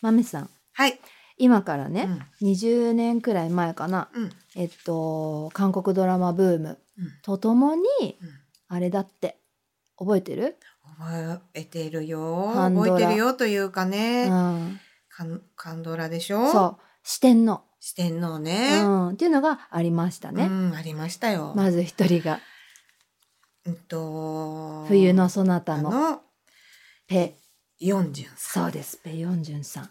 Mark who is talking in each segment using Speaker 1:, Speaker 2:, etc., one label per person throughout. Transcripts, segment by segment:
Speaker 1: 豆さん
Speaker 2: はい。
Speaker 1: 今から
Speaker 2: う
Speaker 1: ね、
Speaker 2: ん
Speaker 1: 20年くらい前かな
Speaker 2: うん。
Speaker 1: えっと韓国ドラマブーム
Speaker 2: うん
Speaker 1: とともに
Speaker 2: うん
Speaker 1: あれだって覚えてる、
Speaker 2: 覚えてるよ。
Speaker 1: ハンドラ
Speaker 2: 覚えてるよというかね。
Speaker 1: うん、
Speaker 2: カンカンドラでしょ
Speaker 1: そう四天王、
Speaker 2: 四天王
Speaker 1: う
Speaker 2: ね。
Speaker 1: ん、っていうのがありました
Speaker 2: う
Speaker 1: ね、
Speaker 2: ん、ありましたよ。
Speaker 1: まず一人が
Speaker 2: うん
Speaker 1: 「
Speaker 2: と
Speaker 1: 冬のそなた
Speaker 2: あ
Speaker 1: の
Speaker 2: の
Speaker 1: ペ
Speaker 2: ヨンジュン」さん。
Speaker 1: そうですペ・ヨンジュンさん、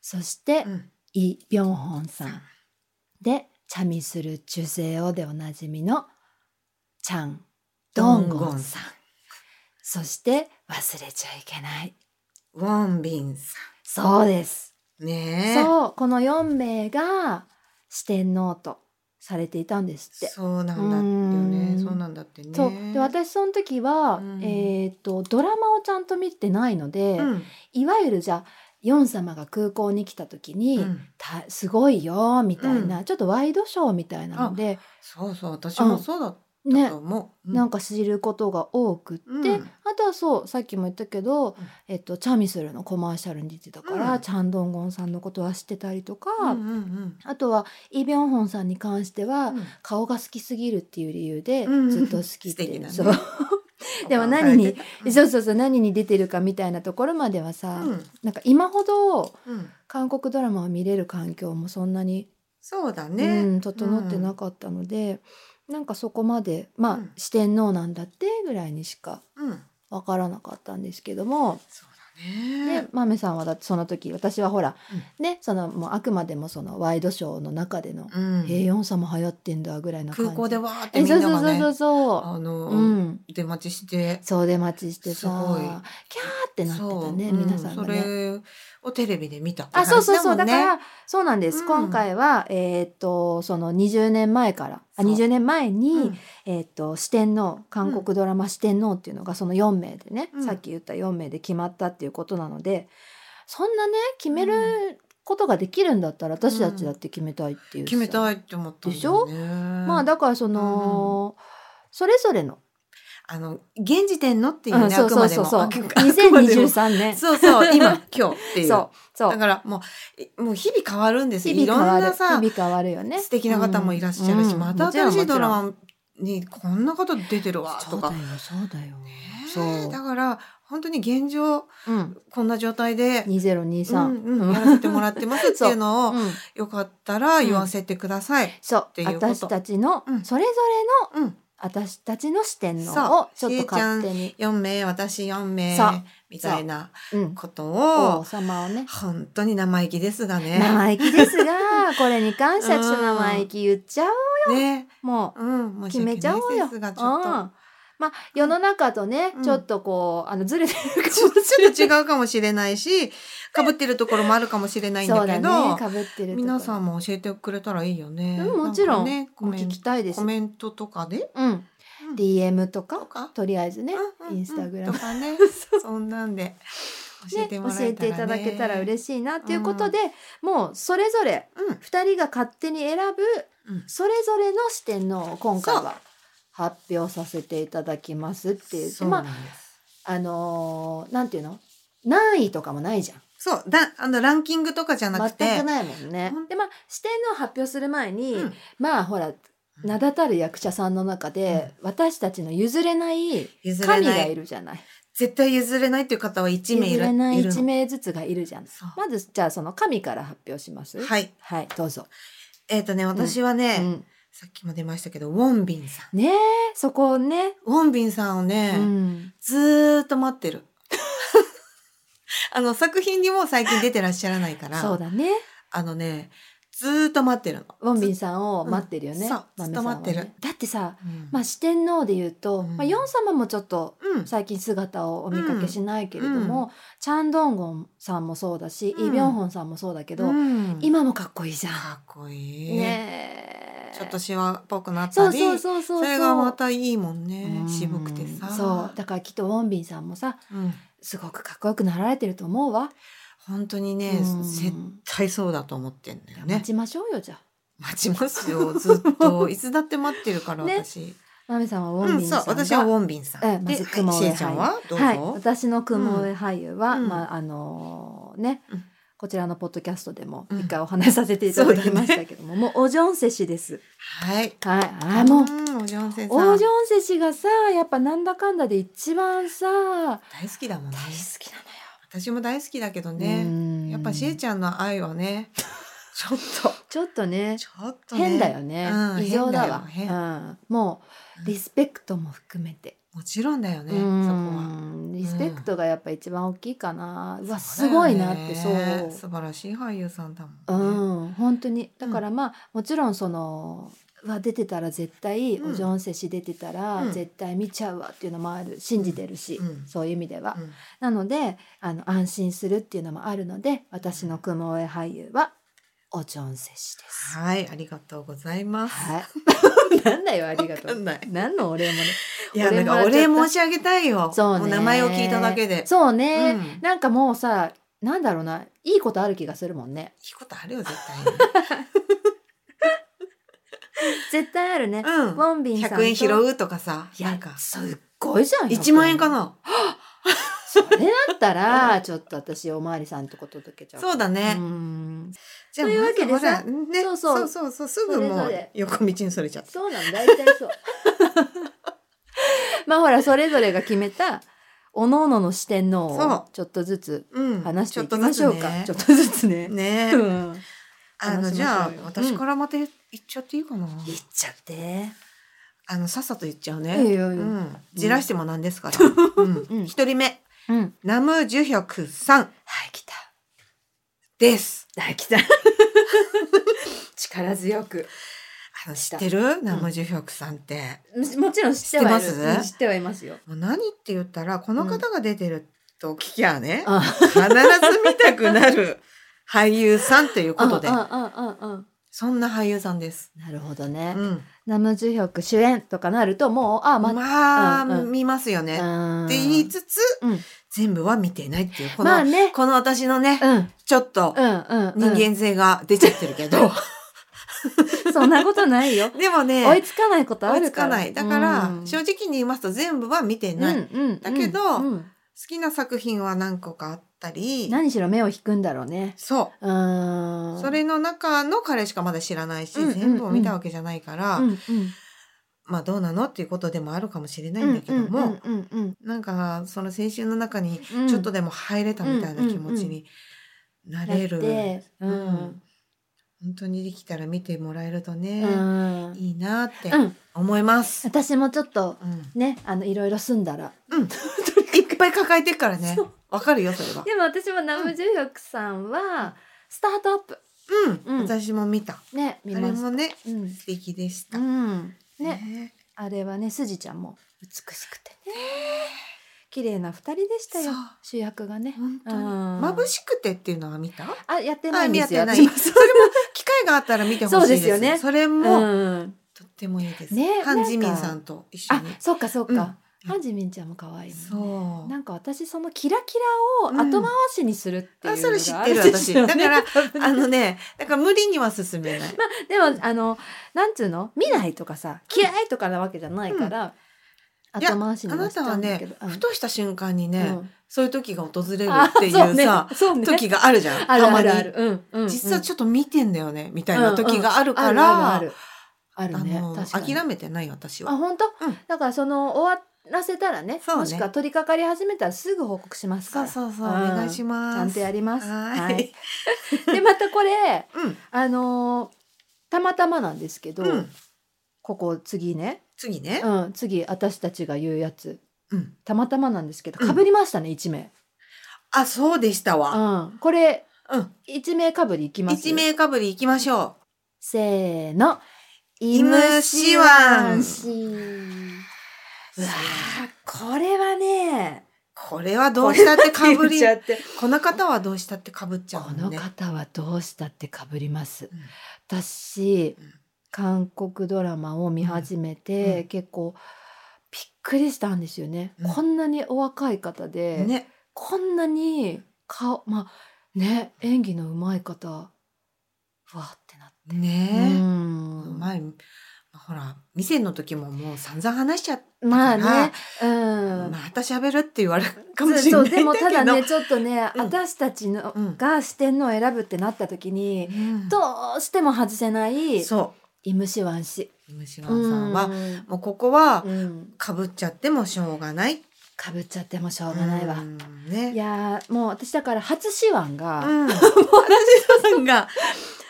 Speaker 1: そして、
Speaker 2: うん。
Speaker 1: イ・ビョンホンさんで「チャミスル中世を」でおなじみのチャン・ドンゴンさんそして忘れちゃいけない
Speaker 2: ウォンビンさ
Speaker 1: そうです、
Speaker 2: ん。ねえ。
Speaker 1: そうこの4名が四天王とされていたんですって。
Speaker 2: そうなんだよね。
Speaker 1: うん
Speaker 2: そうなんだってね。
Speaker 1: そうで私その時は、
Speaker 2: うん
Speaker 1: えー、とドラマをちゃんと見てないので、
Speaker 2: うん。
Speaker 1: いわゆるじゃあヨン様が空港に来た時に、
Speaker 2: うん
Speaker 1: たすごいよみたいな、ちょっとワイドショーみたいなので
Speaker 2: そうそう、私もそうだっ
Speaker 1: ね
Speaker 2: たと、思う。
Speaker 1: なん
Speaker 2: か、
Speaker 1: か知ることが多くって、
Speaker 2: うん
Speaker 1: あとはそうさっきも言ったけど、えっと、チャミスルのコマーシャルに出てたから、
Speaker 2: うん
Speaker 1: チャンドンゴンさんのことは知ってたりとか、
Speaker 2: うんうんうん
Speaker 1: あとはイ・ビョンホンさんに関しては、
Speaker 2: うん
Speaker 1: 顔が好きすぎるっていう理由で、
Speaker 2: うん
Speaker 1: ずっと好きって、
Speaker 2: 素敵だね
Speaker 1: そうでも何に、
Speaker 2: うん
Speaker 1: そうそうそう何に出てるかみたいなところまではさ、
Speaker 2: うん
Speaker 1: なんか今ほど
Speaker 2: うん、
Speaker 1: 韓国ドラマを見れる環境もそんなに
Speaker 2: そうだね、
Speaker 1: うん、整ってな
Speaker 2: く、
Speaker 1: かったので、なんかそこまでまあ、
Speaker 2: うん
Speaker 1: 四天王なんだってぐらいにしか
Speaker 2: うん
Speaker 1: 分からなかったんですけども、
Speaker 2: そうだ
Speaker 1: で
Speaker 2: ね、
Speaker 1: まめさんはだってその時私はほら、ねそのもうあくまでもそのワイドショーの中での
Speaker 2: うん
Speaker 1: 「平4さも流行ってんだ」ぐらいな感じ
Speaker 2: 空港でわーって
Speaker 1: え
Speaker 2: みん
Speaker 1: そう
Speaker 2: な
Speaker 1: そう
Speaker 2: が
Speaker 1: そう
Speaker 2: ね
Speaker 1: そうそ
Speaker 2: あの、
Speaker 1: う、うん、
Speaker 2: 出待ちして
Speaker 1: そう出待ちして
Speaker 2: す
Speaker 1: さ
Speaker 2: ごい
Speaker 1: キャーってなってたね
Speaker 2: そう
Speaker 1: 皆さんがね。
Speaker 2: うそれをテレビで見たって
Speaker 1: あ、
Speaker 2: 感じだ
Speaker 1: そう
Speaker 2: もんね
Speaker 1: そうそう、だから、そうなんです。
Speaker 2: うん
Speaker 1: 今回は、えーっと、その20年前から、あ、
Speaker 2: そう
Speaker 1: 20年前に、
Speaker 2: うん
Speaker 1: えーっと、四天王、韓国ドラマ四天王っていうのが、その4名でね、
Speaker 2: うん
Speaker 1: さっき言った4名で決まったっていうことなので、そんなね、決めることができるんだったら、私たちだって決めたいっていうさ、
Speaker 2: 決めたいって思ったんだよね
Speaker 1: まあ、だから、その、それぞれの、
Speaker 2: あの現時点のっていう
Speaker 1: う
Speaker 2: ね、
Speaker 1: ん、そう
Speaker 2: あく
Speaker 1: そ
Speaker 2: ま
Speaker 1: う
Speaker 2: で
Speaker 1: そ
Speaker 2: も
Speaker 1: うそう、
Speaker 2: あくあくまでも
Speaker 1: 2023年。
Speaker 2: そうそう今今日っていう
Speaker 1: そう、そ
Speaker 2: だ
Speaker 1: う。
Speaker 2: からもういもう日々変わるんですよ
Speaker 1: 日
Speaker 2: い
Speaker 1: 々
Speaker 2: ろ
Speaker 1: 変
Speaker 2: ん
Speaker 1: わる
Speaker 2: なさ
Speaker 1: 日々変わるよね。
Speaker 2: 素敵な方もいらっしゃるし、
Speaker 1: うん
Speaker 2: ま
Speaker 1: う
Speaker 2: た
Speaker 1: んも
Speaker 2: 新
Speaker 1: ち
Speaker 2: し
Speaker 1: ろ
Speaker 2: い
Speaker 1: んも
Speaker 2: ド
Speaker 1: ちろ
Speaker 2: ラ
Speaker 1: ん
Speaker 2: マにこんなこと出てるわとか。
Speaker 1: そうだよ
Speaker 2: ね
Speaker 1: そうだよ
Speaker 2: え
Speaker 1: そう
Speaker 2: だから本当に現状
Speaker 1: うん
Speaker 2: こんな状態で、
Speaker 1: 2023、
Speaker 2: うんうん、やらせてもらってますっていうのを
Speaker 1: うん
Speaker 2: よかったら言わせてください。
Speaker 1: そう
Speaker 2: ていうこと
Speaker 1: 私たちの、
Speaker 2: うん
Speaker 1: それぞれの
Speaker 2: うん、
Speaker 1: 私たちの視点の
Speaker 2: そ
Speaker 1: を
Speaker 2: う
Speaker 1: ちょっと勝手に、
Speaker 2: 4名私4名
Speaker 1: そう
Speaker 2: みたいな
Speaker 1: うん、
Speaker 2: こと
Speaker 1: 王
Speaker 2: を
Speaker 1: 様をね
Speaker 2: 本当に生意気ですがね。
Speaker 1: 生意気です がこれに感謝ちょっと生意気言っちゃおう
Speaker 2: ね、
Speaker 1: も
Speaker 2: うん、
Speaker 1: う
Speaker 2: 申し
Speaker 1: 決
Speaker 2: 訳ない
Speaker 1: めちゃおうよ。
Speaker 2: で
Speaker 1: う
Speaker 2: す
Speaker 1: ん
Speaker 2: がちょっと
Speaker 1: まあ世の中とね、
Speaker 2: うん
Speaker 1: ちょっとこうあのずれてるかもし
Speaker 2: ちょ
Speaker 1: れない
Speaker 2: ちょ っと違うかもしれないし、かぶってるところもあるかもしれないん
Speaker 1: そ
Speaker 2: だ
Speaker 1: うだ
Speaker 2: けど、
Speaker 1: ねかぶってるとこ
Speaker 2: 皆さんも教えてくれたらいいよね。
Speaker 1: うんもちろん
Speaker 2: なかね、コメ
Speaker 1: 聞
Speaker 2: ン
Speaker 1: き
Speaker 2: ト
Speaker 1: たいです
Speaker 2: コ。メントとかで、
Speaker 1: うん、
Speaker 2: うん
Speaker 1: DM と
Speaker 2: と
Speaker 1: か
Speaker 2: か、
Speaker 1: とりあえずね、
Speaker 2: うんうん
Speaker 1: インスタグラム
Speaker 2: と かね、そんなんで教え
Speaker 1: ね、
Speaker 2: て
Speaker 1: 教
Speaker 2: もら
Speaker 1: え
Speaker 2: えた
Speaker 1: て
Speaker 2: ら、ね、
Speaker 1: いただけたら嬉しいなということで、もうそれぞれ
Speaker 2: うん、
Speaker 1: 2人が勝手に選ぶ
Speaker 2: うん
Speaker 1: それぞれの視点のを今回は発表させていただきますっていう
Speaker 2: そうな
Speaker 1: ま
Speaker 2: ん
Speaker 1: あ
Speaker 2: です。
Speaker 1: あのーなんていうの何位とかもないじゃん
Speaker 2: そうだあのランキングとかじゃなくて、
Speaker 1: 全くないもんね
Speaker 2: ほん。
Speaker 1: でまあ視点のを発表する前に、
Speaker 2: うん
Speaker 1: まあほら名だたる役者さんの中で、私たちの譲れない
Speaker 2: 譲れ
Speaker 1: 神
Speaker 2: な
Speaker 1: が
Speaker 2: い
Speaker 1: いるじゃない
Speaker 2: 絶対譲れないっていう方は一名いる
Speaker 1: 譲れない
Speaker 2: いる
Speaker 1: 1
Speaker 2: の。
Speaker 1: 名ずつがいるじゃん
Speaker 2: そう
Speaker 1: まずじゃあその神から発表します
Speaker 2: はい、
Speaker 1: はい、どうぞ。
Speaker 2: えっ、とね私はね、
Speaker 1: うん、
Speaker 2: さっきも出ましたけどウォンビンさん、
Speaker 1: ねえ、そこをね。
Speaker 2: ウォンビンさんをね、
Speaker 1: うん、
Speaker 2: ずーっと待ってる。 あの作品にも最近出てらっしゃらないから、
Speaker 1: そうだね。
Speaker 2: あのね、ずーっと待ってるの。
Speaker 1: ウォンビン
Speaker 2: ず
Speaker 1: さんを待ってるよね。
Speaker 2: うんそう
Speaker 1: 豆さんはね
Speaker 2: ずっと待ってる
Speaker 1: だってさ、
Speaker 2: うん
Speaker 1: まあ四天王で言うと、
Speaker 2: うん
Speaker 1: まあヨン様もちょっと
Speaker 2: うん、
Speaker 1: 最近姿をお見かけしないけれど
Speaker 2: うん
Speaker 1: も、
Speaker 2: う
Speaker 1: チャンドンゴンさんもそうだし、
Speaker 2: うん
Speaker 1: イビョンホンさんもそうだけど、
Speaker 2: うん、
Speaker 1: 今もかっこいいじゃん。
Speaker 2: かっこいい。
Speaker 1: ねえ。
Speaker 2: ちょっとシワっぽくなった
Speaker 1: そ
Speaker 2: り、
Speaker 1: うそうそうそうう。
Speaker 2: それがまたいいもんね
Speaker 1: う。ん
Speaker 2: 渋くてさ。
Speaker 1: そうだからきっとウォンビンさんもさ
Speaker 2: うん、
Speaker 1: すごくかっこよくなられてると思うわ、
Speaker 2: 本当にね、
Speaker 1: うん
Speaker 2: 絶対そうだと思ってんだよ
Speaker 1: 待
Speaker 2: ね。
Speaker 1: ちましょうよじゃあ
Speaker 2: 待ちますよ、ずっ と。いつだって待ってるから、
Speaker 1: ね
Speaker 2: 私。
Speaker 1: マミさんはウ
Speaker 2: う
Speaker 1: ォン
Speaker 2: ん、
Speaker 1: ビンさ、
Speaker 2: そうん
Speaker 1: が、
Speaker 2: 私はウォンビンさ
Speaker 1: ええ
Speaker 2: ん。
Speaker 1: ま
Speaker 2: で、
Speaker 1: ず
Speaker 2: はい
Speaker 1: 雲
Speaker 2: し
Speaker 1: 上
Speaker 2: えちゃんはどうぞ。
Speaker 1: はい、私の雲上俳優は、
Speaker 2: うん
Speaker 1: まああのね、
Speaker 2: うん
Speaker 1: こちらのポッドキャストでも
Speaker 2: うん
Speaker 1: 一回お話しさせていただきましたけども、もうおじょんせ氏です。
Speaker 2: はい。
Speaker 1: はい、あーもう、
Speaker 2: うんおじょんせんさん。
Speaker 1: おじょんせ氏がさ、やっぱなんだかんだで一番さ、大好
Speaker 2: 大好きだもんね。
Speaker 1: きな
Speaker 2: 私も大好きだけど
Speaker 1: のよ。う
Speaker 2: ね。
Speaker 1: ん
Speaker 2: やっぱしえちゃんの愛は ね、ちょっと、
Speaker 1: ちょっとね、
Speaker 2: ちょっとね、
Speaker 1: 変だよね。
Speaker 2: うん
Speaker 1: 異常だわ。
Speaker 2: 変だよ
Speaker 1: うん、も
Speaker 2: うん
Speaker 1: う、リスペクトも含めて。
Speaker 2: もちろんだよね、そこは。
Speaker 1: うんリスペクトがやっぱ一番大きいかな、うわす
Speaker 2: そう
Speaker 1: ご
Speaker 2: だ
Speaker 1: い
Speaker 2: よ
Speaker 1: なっ
Speaker 2: ね
Speaker 1: てそう
Speaker 2: 素晴らしい俳優さんだもんね。
Speaker 1: うん本当にだからまあ、もちろんそのうわ出てたら絶対、
Speaker 2: うん
Speaker 1: おじょんせし出てたら、
Speaker 2: うん
Speaker 1: 絶対見ちゃうわっていうのもある信じてるし、
Speaker 2: うん
Speaker 1: そういう意味では、
Speaker 2: うん
Speaker 1: なのであの安心するっていうのもあるので私の雲絵俳優はおじょんせしです。
Speaker 2: はい、ありがとうございます。
Speaker 1: はい、 なんだよありがと
Speaker 2: わかん
Speaker 1: う。
Speaker 2: ない。
Speaker 1: 何のお礼もね。
Speaker 2: いや、なんかお礼申し上げたいよ。
Speaker 1: そう
Speaker 2: も
Speaker 1: ね。
Speaker 2: う名前を聞いただけで。
Speaker 1: そうね。
Speaker 2: うん
Speaker 1: なんかもうさ、なんだろうな、いいことある気がするもんね。
Speaker 2: いいことあるよ、絶対
Speaker 1: 絶対あるね。
Speaker 2: に。
Speaker 1: ウォンビ
Speaker 2: うん。
Speaker 1: ンさんと。
Speaker 2: 100円拾うとかさ、
Speaker 1: い
Speaker 2: な
Speaker 1: や
Speaker 2: んか、、
Speaker 1: すっごいじゃん。
Speaker 2: 1万円か
Speaker 1: な。
Speaker 2: な。
Speaker 1: それだったら、ちょっと私、おまわりさんとこ届けちゃう。
Speaker 2: そうだね。
Speaker 1: うん
Speaker 2: じゃあ、
Speaker 1: というわけでさ
Speaker 2: まずは
Speaker 1: そ
Speaker 2: ね、そう
Speaker 1: そ
Speaker 2: うそううそうすぐ
Speaker 1: そ
Speaker 2: も
Speaker 1: れぞ
Speaker 2: う
Speaker 1: れ
Speaker 2: 横道にそれちゃった。
Speaker 1: そうなの、大体そう。まあほら、それぞれが決めた、おのおのの四天王
Speaker 2: そう
Speaker 1: をちょっとずつ
Speaker 2: うん。
Speaker 1: 話してい
Speaker 2: ちょ
Speaker 1: き
Speaker 2: っと
Speaker 1: ま
Speaker 2: ず
Speaker 1: し
Speaker 2: つ
Speaker 1: ょう
Speaker 2: ね
Speaker 1: か。ちょっとずつね。
Speaker 2: ね
Speaker 1: う。ん。
Speaker 2: あ
Speaker 1: 話しましょ
Speaker 2: の
Speaker 1: うよ
Speaker 2: じゃあ私
Speaker 1: うん
Speaker 2: からまた言っちゃっていいかな。
Speaker 1: 言っちゃって。
Speaker 2: あのさっさと言っちゃう
Speaker 1: いい
Speaker 2: ね。
Speaker 1: よ
Speaker 2: う
Speaker 1: いいよ
Speaker 2: ん。じらしてもなんですから。 うん。一人目
Speaker 1: うん。
Speaker 2: ナムジュヒョクさん
Speaker 1: はい、来た。
Speaker 2: です。
Speaker 1: あ、来た。力強く。
Speaker 2: あの知ってるナムジュヒョクさんって。
Speaker 1: ももちろん知ってはいる
Speaker 2: 知ってます
Speaker 1: うん知ってはいますよ。
Speaker 2: もう何って言ったらこの方が出てると聞きゃね、
Speaker 1: あ
Speaker 2: 必ず見たくなる俳優さんというこ とで
Speaker 1: うんうんうんうん
Speaker 2: そんな俳優さんです。
Speaker 1: なるほどね。
Speaker 2: うん。
Speaker 1: ナムジュヒョク主演とかなると、もう、あ、ま
Speaker 2: まあ、
Speaker 1: うんうん
Speaker 2: 見ますよね。
Speaker 1: あ
Speaker 2: って言いつつ、
Speaker 1: うん
Speaker 2: 全部は見てないっていうこの、
Speaker 1: まあね。
Speaker 2: この私のね、
Speaker 1: うん、うん、
Speaker 2: ちょっと
Speaker 1: うん。
Speaker 2: 人間性が出ちゃってるけど、
Speaker 1: 間。そんなことないよ。
Speaker 2: でも ね
Speaker 1: 追いつかないことあ
Speaker 2: 追い
Speaker 1: る
Speaker 2: つ
Speaker 1: か。
Speaker 2: からないだから、
Speaker 1: うん
Speaker 2: 正直に言いますと全部は見てない、好
Speaker 1: うんうんうん
Speaker 2: だけど
Speaker 1: うん
Speaker 2: きな作品は何個かあったり
Speaker 1: 何しろ目を引くんだろうね。
Speaker 2: そう
Speaker 1: ー。
Speaker 2: うんそれの中の彼しかまだ知らないし、
Speaker 1: うんうんうん
Speaker 2: 全部を見たわけじゃないから、
Speaker 1: うんうん
Speaker 2: まあどうなのっていうことでもあるかもしれないんだけども、
Speaker 1: うんうんうん
Speaker 2: なんかその青春の中に
Speaker 1: うんうん
Speaker 2: ちょっとでも入れたみたいな気持ちになれる、
Speaker 1: だってう
Speaker 2: うん
Speaker 1: ん。
Speaker 2: 本当にできたら見てもらえるとね、
Speaker 1: うん
Speaker 2: いいなって
Speaker 1: うん、
Speaker 2: 思います。
Speaker 1: 私もちょっと
Speaker 2: うん、
Speaker 1: ねあのいろいろ住んだら
Speaker 2: うんいっぱい抱えてるからね
Speaker 1: そう。
Speaker 2: わかるよそれは。
Speaker 1: でも私もナムジュヒョクさんはスタートアップ
Speaker 2: うん、
Speaker 1: うん
Speaker 2: 私も見た。あ
Speaker 1: ね見
Speaker 2: れ
Speaker 1: まし
Speaker 2: もね
Speaker 1: たうん、
Speaker 2: 素敵でした。
Speaker 1: うん、ね
Speaker 2: ね
Speaker 1: あれはねすじちゃんも美しくてね綺麗な二人でしたよ
Speaker 2: そう
Speaker 1: 主役がね
Speaker 2: 本当に
Speaker 1: うん
Speaker 2: 眩しくてっていうのは見た？
Speaker 1: あやってな
Speaker 2: あ
Speaker 1: いん
Speaker 2: 見
Speaker 1: で
Speaker 2: やっ
Speaker 1: すよ
Speaker 2: てない。そ
Speaker 1: 私
Speaker 2: れ
Speaker 1: も
Speaker 2: も 機会があったら見てほしいです。
Speaker 1: そうですよね
Speaker 2: それも、
Speaker 1: うん、
Speaker 2: とってもいいです。
Speaker 1: ね
Speaker 2: ハンジミンさんと一緒
Speaker 1: あ
Speaker 2: に。
Speaker 1: そっかそっか、
Speaker 2: うん
Speaker 1: ハンジミンちゃんも可愛いもんね
Speaker 2: そう。
Speaker 1: なんか私そのキラキラを後回しにするっていうのが
Speaker 2: あそれ知っ
Speaker 1: あ
Speaker 2: てる
Speaker 1: んです
Speaker 2: 私。
Speaker 1: よ
Speaker 2: だ
Speaker 1: ね
Speaker 2: からあのね、だから無理には進めない。
Speaker 1: で もあのなんつうの見ないとかさ嫌いとかなわけじゃないから、
Speaker 2: うんいや
Speaker 1: 後回しにはしちゃうんだけど、
Speaker 2: ふとした瞬間に
Speaker 1: う
Speaker 2: ね、
Speaker 1: んうん
Speaker 2: そういう時が訪れる
Speaker 1: あ
Speaker 2: っていう
Speaker 1: そうね
Speaker 2: さ、
Speaker 1: そうね
Speaker 2: 時があるじゃん。
Speaker 1: ある
Speaker 2: たま
Speaker 1: あ
Speaker 2: に
Speaker 1: るある、うんうんうん、
Speaker 2: 実は
Speaker 1: ょっ
Speaker 2: ちょっと見てんだよねみたいな時がある
Speaker 1: と
Speaker 2: か
Speaker 1: あ
Speaker 2: ら、
Speaker 1: るあるあるあ
Speaker 2: あ
Speaker 1: るね
Speaker 2: の
Speaker 1: 確かに
Speaker 2: 諦めてない私
Speaker 1: あ
Speaker 2: は。
Speaker 1: 本当、
Speaker 2: うん
Speaker 1: だからその終わらせたらね
Speaker 2: そうね
Speaker 1: もしくは取り掛かり始めたらすぐ報告しますか
Speaker 2: そう
Speaker 1: ら
Speaker 2: そうそう、
Speaker 1: うん
Speaker 2: お願いします。
Speaker 1: ちゃんとやります
Speaker 2: はーい
Speaker 1: はいでまたこれ
Speaker 2: うん
Speaker 1: あのーたまたまなんですけど、
Speaker 2: うん。
Speaker 1: ここ次ね、
Speaker 2: 次ね。
Speaker 1: うん、次私たちが言うやつ
Speaker 2: うん。
Speaker 1: たまたまなんですけど
Speaker 2: うん
Speaker 1: かぶりましたね、一名、
Speaker 2: あ、そうでしたわ。
Speaker 1: うん、これ
Speaker 2: うん。
Speaker 1: 一名かぶりいきます
Speaker 2: 一名かぶり行きましょ
Speaker 1: せーの
Speaker 2: イムシワン
Speaker 1: シワン
Speaker 2: う。
Speaker 1: うわーこれはね
Speaker 2: これはどうしたってか
Speaker 1: 言っ
Speaker 2: ぶり
Speaker 1: ち、ゃって
Speaker 2: この方はどうしたってかぶっちゃ
Speaker 1: こ
Speaker 2: うも
Speaker 1: の
Speaker 2: んね。
Speaker 1: 方はどうしたってかぶります
Speaker 2: うん
Speaker 1: 私
Speaker 2: うん
Speaker 1: 韓国ドラマを見始め
Speaker 2: うんう
Speaker 1: て
Speaker 2: ん
Speaker 1: 結構びっくりしたんですよね
Speaker 2: うん
Speaker 1: こんなにお若い方で
Speaker 2: ね。
Speaker 1: こんなに顔まあね演技の上手い方うわってなって
Speaker 2: ね
Speaker 1: う
Speaker 2: え。
Speaker 1: ん
Speaker 2: 前ほら、店の時ももう散々話しちゃっ
Speaker 1: まあね、う
Speaker 2: た。
Speaker 1: ん。
Speaker 2: また喋るって言われるかもしれ
Speaker 1: そ、
Speaker 2: ないうんだ
Speaker 1: で
Speaker 2: けど。
Speaker 1: もただね、ちょっとね、
Speaker 2: うん
Speaker 1: 私たちの
Speaker 2: うん
Speaker 1: が視点のを選ぶってなった時に、
Speaker 2: うん
Speaker 1: どうしても外せない、
Speaker 2: そ
Speaker 1: イムシワンシ。
Speaker 2: う。虫
Speaker 1: う
Speaker 2: 眼さんは、
Speaker 1: ん
Speaker 2: もうここは
Speaker 1: うん
Speaker 2: かぶっちゃってもしょうがない。
Speaker 1: かぶっちゃってもしょうがないわ。
Speaker 2: うんね。
Speaker 1: いやーもう私だから初シワンが、
Speaker 2: うん、もう私さんが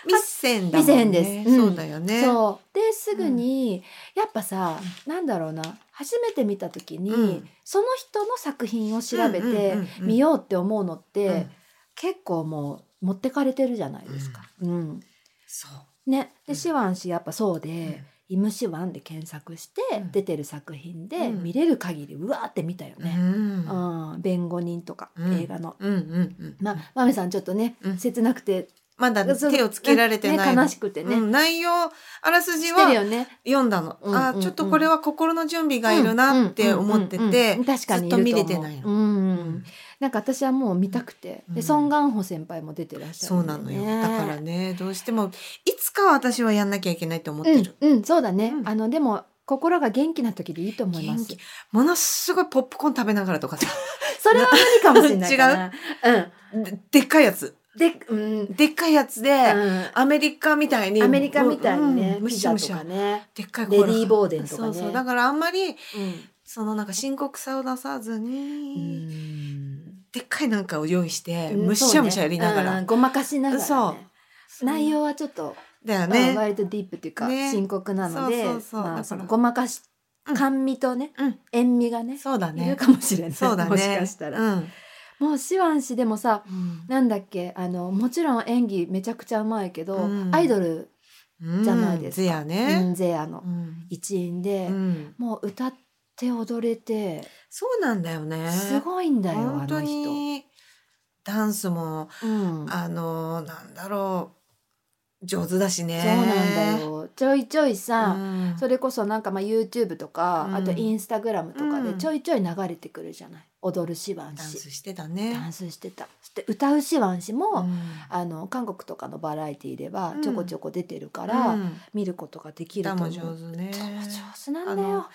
Speaker 2: 未線だもんね。
Speaker 1: 未線ですうん
Speaker 2: そうだよね。
Speaker 1: そうですぐに、やっぱさ、なんだろうな初めて見た時に、
Speaker 2: うん
Speaker 1: その人の作品を調べ
Speaker 2: うんうん
Speaker 1: て
Speaker 2: うんうん
Speaker 1: 見ようって思うのって、
Speaker 2: うん
Speaker 1: 結構もう持ってかれてるじゃないですか。うん
Speaker 2: そう。
Speaker 1: ね、
Speaker 2: う
Speaker 1: で
Speaker 2: ん
Speaker 1: シワン氏やっぱそうで「イムシワン」で検索して
Speaker 2: うん
Speaker 1: 出てる作品で
Speaker 2: うん
Speaker 1: 見れる限りうわーって見たよ
Speaker 2: うん
Speaker 1: ね。うん、弁護人とか、
Speaker 2: うん
Speaker 1: 映画の。
Speaker 2: うんうんうん。
Speaker 1: まあ、マメさんちょっとね、
Speaker 2: うん
Speaker 1: 切なくて
Speaker 2: まだ
Speaker 1: そう
Speaker 2: 手をつけられてない
Speaker 1: ね、
Speaker 2: の。
Speaker 1: 悲しくてね、
Speaker 2: うん内容あらすじ
Speaker 1: してる
Speaker 2: は
Speaker 1: よね
Speaker 2: 読んだの。
Speaker 1: うん
Speaker 2: あ
Speaker 1: うん
Speaker 2: ちょっとこれは心の準備がいるなって思って
Speaker 1: うんうんうん
Speaker 2: て
Speaker 1: うん、確か
Speaker 2: ず
Speaker 1: に
Speaker 2: っ
Speaker 1: い
Speaker 2: と
Speaker 1: る
Speaker 2: 見
Speaker 1: 思
Speaker 2: れ
Speaker 1: う
Speaker 2: てないの。
Speaker 1: うん
Speaker 2: う
Speaker 1: うん
Speaker 2: ん
Speaker 1: なんか私はもう見たくて、
Speaker 2: うん
Speaker 1: でソン・ガンホ先輩も出てらっしゃる
Speaker 2: そうん
Speaker 1: だ
Speaker 2: な
Speaker 1: よ
Speaker 2: の
Speaker 1: ね、
Speaker 2: よ。だからね、どうしてもいつかは私はやんなきゃいけないと思ってる。
Speaker 1: うん、うん、そうだね、
Speaker 2: うん
Speaker 1: あのでも心が元気な時でいいと思いま
Speaker 2: 元
Speaker 1: す
Speaker 2: 気ものすごいポップコーン食べながらとかさ、
Speaker 1: それは無理かもしれないか な
Speaker 2: ででっかいやつ、
Speaker 1: 違う、うん、で、うん
Speaker 2: でっかいやつで、
Speaker 1: うん
Speaker 2: アメリカみたいに
Speaker 1: アメリカみたいにね、
Speaker 2: うんむ
Speaker 1: ピ
Speaker 2: し
Speaker 1: ザ
Speaker 2: ゃむ
Speaker 1: と
Speaker 2: し
Speaker 1: か
Speaker 2: ゃ
Speaker 1: ね、
Speaker 2: でっかい
Speaker 1: レディーボーデンとかね
Speaker 2: そうそうだからあんまり
Speaker 1: うん
Speaker 2: そのなんか深刻さを出さず
Speaker 1: う
Speaker 2: に、
Speaker 1: ん
Speaker 2: でっかいなんかを用意して、
Speaker 1: うん
Speaker 2: むしゃむしゃやりなが
Speaker 1: そうね
Speaker 2: ら、
Speaker 1: うんごまかしながら、ね、
Speaker 2: そう
Speaker 1: 内容はちょっと
Speaker 2: だよ
Speaker 1: うん
Speaker 2: ね、
Speaker 1: 割とディープっていうか、
Speaker 2: ね
Speaker 1: 深刻なので
Speaker 2: そうそうそうだ
Speaker 1: ま
Speaker 2: か
Speaker 1: あ、
Speaker 2: ら
Speaker 1: そのごまかし
Speaker 2: うん
Speaker 1: 甘味とね、
Speaker 2: うん
Speaker 1: 塩味がね
Speaker 2: そうだ
Speaker 1: いる
Speaker 2: ね
Speaker 1: かもしれない
Speaker 2: そうだね
Speaker 1: もしかしたら、
Speaker 2: うん
Speaker 1: もうシワン氏でもさ
Speaker 2: う
Speaker 1: なんだっけあのもちろん演技めちゃくちゃうまいけど、
Speaker 2: うん
Speaker 1: アイドル、
Speaker 2: ん、
Speaker 1: じゃないですか
Speaker 2: うんや
Speaker 1: う
Speaker 2: ね、
Speaker 1: んゼアの
Speaker 2: うん
Speaker 1: 一員で
Speaker 2: う、ん
Speaker 1: もう歌って踊れて
Speaker 2: そうなんだよね
Speaker 1: すごいんだよ、あ
Speaker 2: 本当
Speaker 1: の人。
Speaker 2: にダンスも
Speaker 1: うん
Speaker 2: あのなんだろう上手だしね
Speaker 1: そうなんだよちょいちょいさ、
Speaker 2: うん
Speaker 1: それこそなんかまあ YouTube とか、
Speaker 2: うん
Speaker 1: あと Instagram とか
Speaker 2: う
Speaker 1: で
Speaker 2: ん
Speaker 1: ちょいちょい流れてくるじゃない踊るシワン
Speaker 2: ダン
Speaker 1: 氏
Speaker 2: スしてた
Speaker 1: ダ
Speaker 2: ね。
Speaker 1: ンスしてたそして歌うシワン氏も、
Speaker 2: うん
Speaker 1: あの韓国とかのバラエティーでは
Speaker 2: うん
Speaker 1: ちょこちょこ出てるから、
Speaker 2: うん
Speaker 1: 見ることができる
Speaker 2: 歌
Speaker 1: と思
Speaker 2: も
Speaker 1: う
Speaker 2: 上手ね。
Speaker 1: そう上手なんだ
Speaker 2: あ
Speaker 1: よ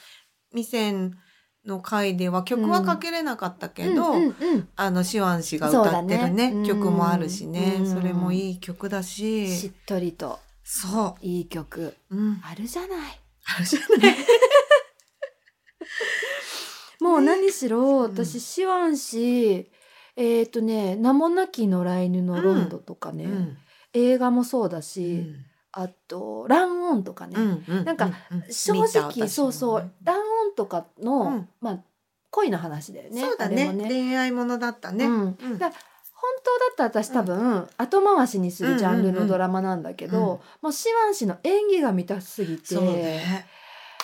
Speaker 2: ミセンの回では曲はかけれなかったけど、
Speaker 1: うんうん
Speaker 2: あのシワン氏が歌ってるね
Speaker 1: そうだね
Speaker 2: 曲もあるしね、
Speaker 1: うん
Speaker 2: それもいい曲だ
Speaker 1: うん、
Speaker 2: し、
Speaker 1: しっとりと
Speaker 2: そ
Speaker 1: いい曲
Speaker 2: う、うん、
Speaker 1: あるじゃない
Speaker 2: あるじゃない。
Speaker 1: もう何しろ
Speaker 2: うん
Speaker 1: 私シワン氏えっ、とね「名もなき野良犬のロンド」とかね、
Speaker 2: うん
Speaker 1: 映画もそうだ
Speaker 2: う
Speaker 1: し、
Speaker 2: ん
Speaker 1: あと「ランオン」とかね、
Speaker 2: うん
Speaker 1: なんか
Speaker 2: うんうん
Speaker 1: 正
Speaker 2: 見た
Speaker 1: 直
Speaker 2: 私
Speaker 1: そうそ
Speaker 2: も
Speaker 1: う
Speaker 2: ね
Speaker 1: 「ランオン」とかの、
Speaker 2: うん
Speaker 1: まあ恋の話だよね
Speaker 2: そうだ
Speaker 1: あれ
Speaker 2: ね
Speaker 1: もね
Speaker 2: 恋愛ものだったね。
Speaker 1: うん
Speaker 2: うん
Speaker 1: だ本当だったら私多分、後回しにするジャンルのドラマなんだけど、
Speaker 2: うんうんうん
Speaker 1: もうシワン氏の演技が見たすぎて
Speaker 2: そうね。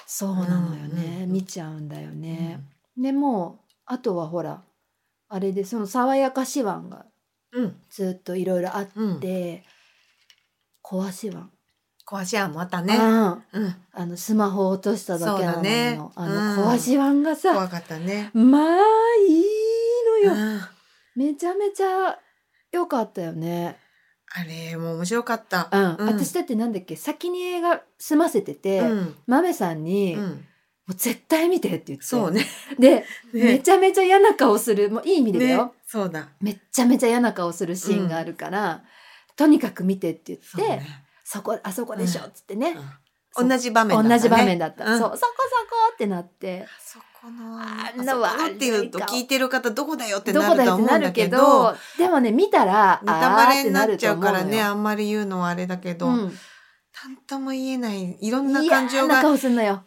Speaker 1: そうなのよね、
Speaker 2: うんうん
Speaker 1: 見ちゃうんだよね。でもうあとはほらあれでその爽やかシワンが
Speaker 2: うん。
Speaker 1: ずっといろいろあっ
Speaker 2: うん。で、
Speaker 1: て、怖シワン、
Speaker 2: 壊しはまたね
Speaker 1: う。ん
Speaker 2: うん。
Speaker 1: あのスマホを落としただけなの
Speaker 2: そうだ
Speaker 1: に、
Speaker 2: ね
Speaker 1: あの
Speaker 2: うん
Speaker 1: 怖シワンがさ、
Speaker 2: 怖かったね。
Speaker 1: まあいいのよ、
Speaker 2: うん
Speaker 1: めちゃめちゃ良かったよね。
Speaker 2: あれも面白かった。
Speaker 1: うん、
Speaker 2: うん
Speaker 1: 私だってなんだっけ先に映画済ませてて、
Speaker 2: うん。
Speaker 1: マメさんに、
Speaker 2: う
Speaker 1: も
Speaker 2: ん。
Speaker 1: う絶対見てって言って
Speaker 2: そうね。
Speaker 1: で、め
Speaker 2: ね。
Speaker 1: ちゃめちゃ嫌な顔するもういい意味でだよ、
Speaker 2: ねそうだ。
Speaker 1: めっちゃめちゃ嫌な顔するシーンがあるから、とにかく見てって言って
Speaker 2: そ
Speaker 1: そ,、
Speaker 2: うね
Speaker 1: こあそこでしょっつってね、
Speaker 2: うん同じ場面だったね。
Speaker 1: 同じ場面だった、
Speaker 2: うん
Speaker 1: そうそこそこってなって
Speaker 2: そこの
Speaker 1: あ
Speaker 2: あ
Speaker 1: んな
Speaker 2: そこのっていうと
Speaker 1: 悪い顔
Speaker 2: 聞いてる方どこだよって
Speaker 1: ど
Speaker 2: な
Speaker 1: こだ
Speaker 2: ると
Speaker 1: よっ
Speaker 2: は
Speaker 1: て
Speaker 2: 思う
Speaker 1: なん
Speaker 2: だ
Speaker 1: るけ
Speaker 2: け
Speaker 1: ど
Speaker 2: ど。
Speaker 1: でもね見たら
Speaker 2: ネタバレにな
Speaker 1: あー
Speaker 2: っちゃうから
Speaker 1: って
Speaker 2: ね
Speaker 1: なる
Speaker 2: あんまり言うのはあれだけ
Speaker 1: と
Speaker 2: ど、
Speaker 1: 思う
Speaker 2: なん
Speaker 1: よ、
Speaker 2: とも言えないいろ
Speaker 1: うん、
Speaker 2: なん感情
Speaker 1: 嫌な
Speaker 2: が
Speaker 1: 顔すんのよ、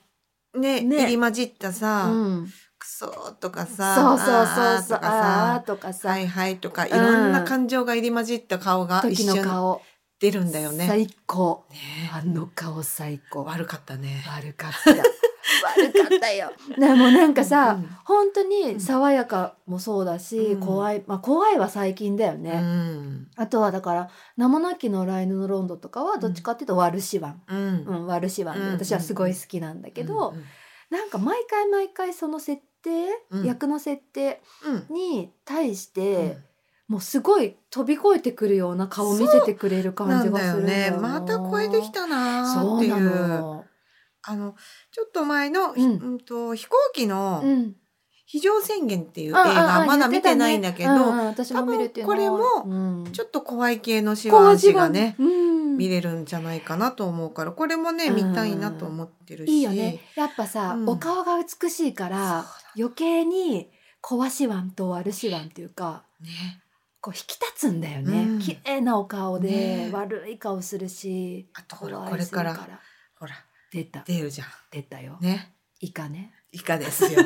Speaker 2: ね
Speaker 1: ね
Speaker 2: 入り混じった
Speaker 1: う
Speaker 2: さ、
Speaker 1: ん、
Speaker 2: クソとかさ
Speaker 1: そうそうそう
Speaker 2: あー
Speaker 1: そう
Speaker 2: とか
Speaker 1: あー
Speaker 2: さ
Speaker 1: とかさ
Speaker 2: はいはいとかいろんな感情が入り混じった顔が一
Speaker 1: 時の
Speaker 2: 瞬
Speaker 1: 顔
Speaker 2: 出るんだよね。ね
Speaker 1: 最高あの顔最高悪
Speaker 2: 悪かったね。
Speaker 1: かった悪かったよなもうなんかさ、
Speaker 2: うん
Speaker 1: 本当に爽やかもそうだし、
Speaker 2: うん
Speaker 1: 怖いまあ怖いは最近だよね、
Speaker 2: うん
Speaker 1: あとはだから名もなきのライヌのロンドとかはどっちかっていうと悪シワン、
Speaker 2: う
Speaker 1: うんん、悪シワンで
Speaker 2: うん
Speaker 1: 私はすごい好きなんだけど、
Speaker 2: うん
Speaker 1: なんか毎回毎回その設定、
Speaker 2: うん
Speaker 1: 役の設定
Speaker 2: うん
Speaker 1: に対して、
Speaker 2: うん
Speaker 1: もうすごい飛び越えてくるような顔を見せてくれる感
Speaker 2: な
Speaker 1: じ
Speaker 2: ん
Speaker 1: が
Speaker 2: だ
Speaker 1: す
Speaker 2: よ
Speaker 1: るんだよ
Speaker 2: ね
Speaker 1: な
Speaker 2: また超えてきたな
Speaker 1: そ
Speaker 2: ーって
Speaker 1: う
Speaker 2: い
Speaker 1: な
Speaker 2: う
Speaker 1: の
Speaker 2: あのちょっと前の、
Speaker 1: うん
Speaker 2: うんと飛行機の
Speaker 1: うん
Speaker 2: 非常宣言っていう映
Speaker 1: ああ
Speaker 2: 画
Speaker 1: あ
Speaker 2: まだ
Speaker 1: 言
Speaker 2: 見
Speaker 1: ってた
Speaker 2: て
Speaker 1: ね
Speaker 2: ないんだけ
Speaker 1: う
Speaker 2: ど、
Speaker 1: んうん私も見るっていうの
Speaker 2: 多分これ
Speaker 1: も
Speaker 2: ち
Speaker 1: ょっ
Speaker 2: ょっと怖い系のシ
Speaker 1: と
Speaker 2: ワ味がね、
Speaker 1: うん、
Speaker 2: 見れるんじゃないかなと思うからこれもね見たいなと思ってるし、
Speaker 1: いいよねやっぱさ、
Speaker 2: うん
Speaker 1: お顔が美しいから余計に壊しわんと悪しわんっていうか
Speaker 2: ね
Speaker 1: こう引き立つんだよね、
Speaker 2: うん
Speaker 1: 綺麗なお顔で、
Speaker 2: ね
Speaker 1: 悪い顔するし
Speaker 2: あとほらこれから
Speaker 1: 怖いする
Speaker 2: ほら
Speaker 1: 出た
Speaker 2: 出るじゃ
Speaker 1: 出たよ、
Speaker 2: んね
Speaker 1: イカね
Speaker 2: イカで すよ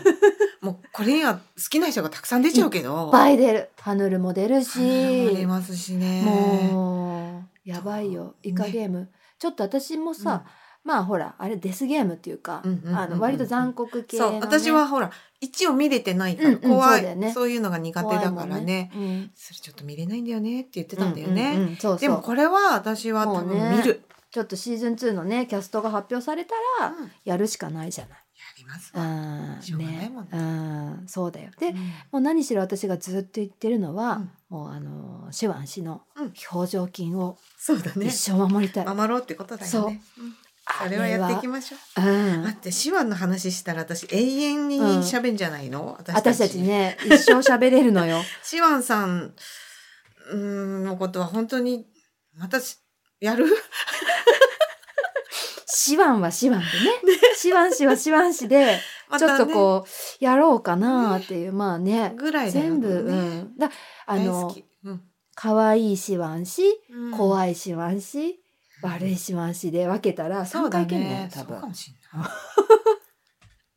Speaker 2: もうこれには好きな人がたくさん出ちゃうけど
Speaker 1: いっぱい出るハヌルも出るし
Speaker 2: 花も出ますしね
Speaker 1: もうやばいよ
Speaker 2: そう
Speaker 1: イカゲーム、ちょっと私もさ、まあほらあれデスゲームっていうか、
Speaker 2: うんうんうんうん
Speaker 1: あの割と残酷系
Speaker 2: そ
Speaker 1: の、
Speaker 2: う
Speaker 1: ね、
Speaker 2: 私はほら一応見れてないから
Speaker 1: うんうん
Speaker 2: 怖い、
Speaker 1: そうだよ
Speaker 2: そう
Speaker 1: ね
Speaker 2: いうのが苦手だから
Speaker 1: 怖いも
Speaker 2: ね
Speaker 1: んうん
Speaker 2: それちょっと見れないんだよねって言ってたんだよね、
Speaker 1: うんうんうんそうそう
Speaker 2: でもこれは私は多
Speaker 1: もう
Speaker 2: 分
Speaker 1: ね
Speaker 2: 見る、
Speaker 1: ちょっとシーズン2のねキャストが発表された
Speaker 2: う
Speaker 1: ら
Speaker 2: んや
Speaker 1: やるしかないじゃない。
Speaker 2: りますわ
Speaker 1: うん
Speaker 2: しょうがないもんね
Speaker 1: うんそうだよ。で、
Speaker 2: うん
Speaker 1: もう何しろ私がずっと言ってるのは、
Speaker 2: うん
Speaker 1: もうあの手腕氏の
Speaker 2: うん
Speaker 1: 表情筋を
Speaker 2: そうだね
Speaker 1: 一生守りたい。
Speaker 2: 守ろうってことだよねうんそれはやっていきましょう
Speaker 1: あれはうん
Speaker 2: 待って手話の話したら私永遠に喋んじゃないの、
Speaker 1: 私たちね一生喋れるの よ。
Speaker 2: シワンさんうーんのことは本当にまたしや る
Speaker 1: 手腕は手腕でね。手腕氏は手腕氏で、
Speaker 2: ま
Speaker 1: ちょ
Speaker 2: た
Speaker 1: っ
Speaker 2: ね
Speaker 1: とこうやろうかなっていう、まあね
Speaker 2: ぐらいだよ
Speaker 1: 全部、う
Speaker 2: ね
Speaker 1: ん、だあ
Speaker 2: 大好
Speaker 1: の
Speaker 2: きうん
Speaker 1: 可愛い手腕氏
Speaker 2: うん
Speaker 1: 怖いしわんし、悪いしわんしで分けたら
Speaker 2: そ
Speaker 1: 3
Speaker 2: うだ
Speaker 1: 回いけんね
Speaker 2: ね
Speaker 1: 多
Speaker 2: そうか
Speaker 1: 分
Speaker 2: もしんない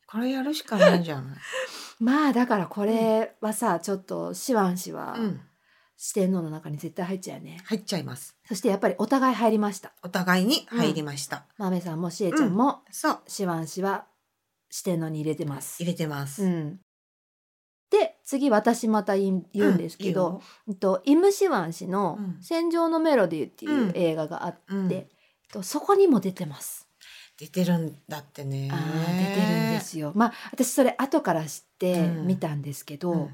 Speaker 2: これやるしかないん じゃない
Speaker 1: まあだからこれはさ、ちょっとしわんしは
Speaker 2: うん
Speaker 1: 四天王の中に絶対入っちゃうよね、
Speaker 2: 入っちゃいます
Speaker 1: そしてやっぱりお互い入りました
Speaker 2: お互いに入りました、
Speaker 1: まめさんもしえちゃんも
Speaker 2: そう
Speaker 1: しわんしは四天王に入れてます、
Speaker 2: 入れてます、
Speaker 1: う
Speaker 2: うん
Speaker 1: ん、で次私また言い言うんですけど、、えっとイム・シワン氏の
Speaker 2: うん
Speaker 1: 「戦場のメロディー」っていううん映画があって、
Speaker 2: いいようん
Speaker 1: えっとそこにも出てます
Speaker 2: 出てるんだってね
Speaker 1: あー出てるんですよ。まあ私それ後から知って
Speaker 2: うん
Speaker 1: 見たんですけど、
Speaker 2: うん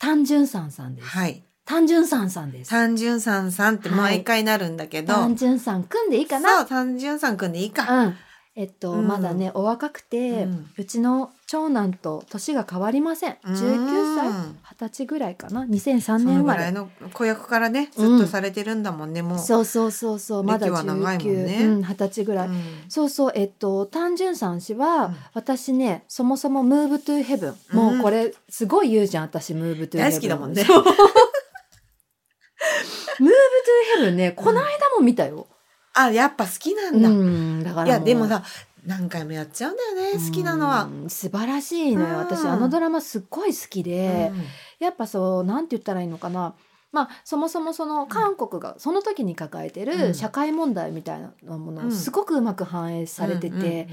Speaker 1: 単純さんさんです。
Speaker 2: はい
Speaker 1: 単純さんさんです。
Speaker 2: 単純さんさんって毎回なるんだけど、
Speaker 1: 単純さん組んでいいかな。
Speaker 2: そう単純さんくんでいいか、
Speaker 1: うん。えっと、
Speaker 2: うん
Speaker 1: まだねお若くて、う
Speaker 2: うん
Speaker 1: ちの長男と年が変わりません。19
Speaker 2: う
Speaker 1: 歳。
Speaker 2: ん
Speaker 1: 二十歳ぐらいかな2003
Speaker 2: その
Speaker 1: 年生
Speaker 2: ぐ
Speaker 1: ま
Speaker 2: らい
Speaker 1: れ
Speaker 2: の子役からねずっとされてるんだもんね、もう
Speaker 1: そうそうそうそうまだ
Speaker 2: 歴は長いもん
Speaker 1: 19
Speaker 2: ね
Speaker 1: うん二十、歳ぐらい、
Speaker 2: うん
Speaker 1: そうそうえっと単純さん氏は、
Speaker 2: うん
Speaker 1: 私ねそもそも「ムーブトゥヘブン」もうこれすごい言うじゃん私ムーブトゥヘブン
Speaker 2: 大好きだもんね
Speaker 1: そうムーブトゥヘブンねこの間も見たよ、
Speaker 2: あやっぱ好きな
Speaker 1: うん
Speaker 2: だ、
Speaker 1: ん、だから
Speaker 2: いやでも
Speaker 1: さ
Speaker 2: さ何回もやっちゃうんだよね好きなのは、
Speaker 1: 素晴らしいの
Speaker 2: うん
Speaker 1: よ私あのドラマすっごい好きで
Speaker 2: う、ん
Speaker 1: やっぱそうなんて言ったらいいのかなまあそもそもその韓国がその時に抱えて
Speaker 2: う
Speaker 1: る
Speaker 2: ん
Speaker 1: 社会問題みたいなもの
Speaker 2: う
Speaker 1: を
Speaker 2: ん
Speaker 1: すごくうまく反映されてて、
Speaker 2: うんうんうん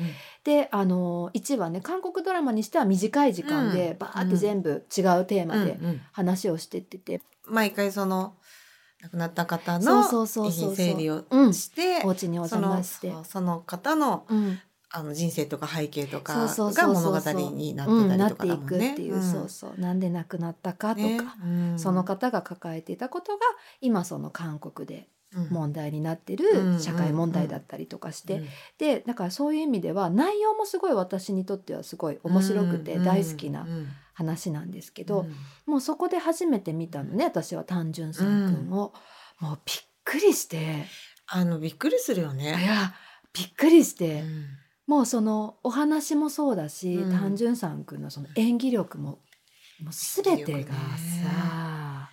Speaker 1: であの1話ね韓国ドラマにしては短い時間で、
Speaker 2: うん
Speaker 1: バーって全部違うテーマで
Speaker 2: うんうん
Speaker 1: 話をしてってて、
Speaker 2: 毎回その亡くなった方
Speaker 1: そう
Speaker 2: の
Speaker 1: そうそうそう
Speaker 2: 遺品整理を
Speaker 1: うん
Speaker 2: して、
Speaker 1: お家にお
Speaker 2: そ
Speaker 1: 邪魔
Speaker 2: の
Speaker 1: して。
Speaker 2: そうその方の
Speaker 1: うん、
Speaker 2: あの人生とか背景とか
Speaker 1: そうそう
Speaker 2: が
Speaker 1: そうそ
Speaker 2: 物
Speaker 1: う
Speaker 2: 語にな
Speaker 1: うん
Speaker 2: ってた
Speaker 1: な
Speaker 2: りと
Speaker 1: って
Speaker 2: か
Speaker 1: い
Speaker 2: だも
Speaker 1: く
Speaker 2: ん
Speaker 1: っ
Speaker 2: ね。
Speaker 1: ていう、
Speaker 2: ん
Speaker 1: そうそうなんで亡くなったかとか、
Speaker 2: ねうん
Speaker 1: その方が抱えていたことが今その韓国で
Speaker 2: うん
Speaker 1: 問題になって
Speaker 2: う
Speaker 1: る
Speaker 2: ん
Speaker 1: 社会問題だったりとかして、
Speaker 2: うん
Speaker 1: でだからそういう意味では内容もすごい私にとってはすごい面白くて
Speaker 2: うん
Speaker 1: 大好きな
Speaker 2: うん
Speaker 1: 話なんですけ
Speaker 2: う
Speaker 1: ど
Speaker 2: ん、
Speaker 1: もうそこで初めて見たのね私は単純さんくんを、もうびっくりしてい
Speaker 2: あのびっくりするよね。
Speaker 1: やびっくりして、
Speaker 2: うん
Speaker 1: もうそのお話もそうだし、
Speaker 2: うん
Speaker 1: 単純さんくんのその演技力ももう全てが
Speaker 2: 演技力
Speaker 1: さ、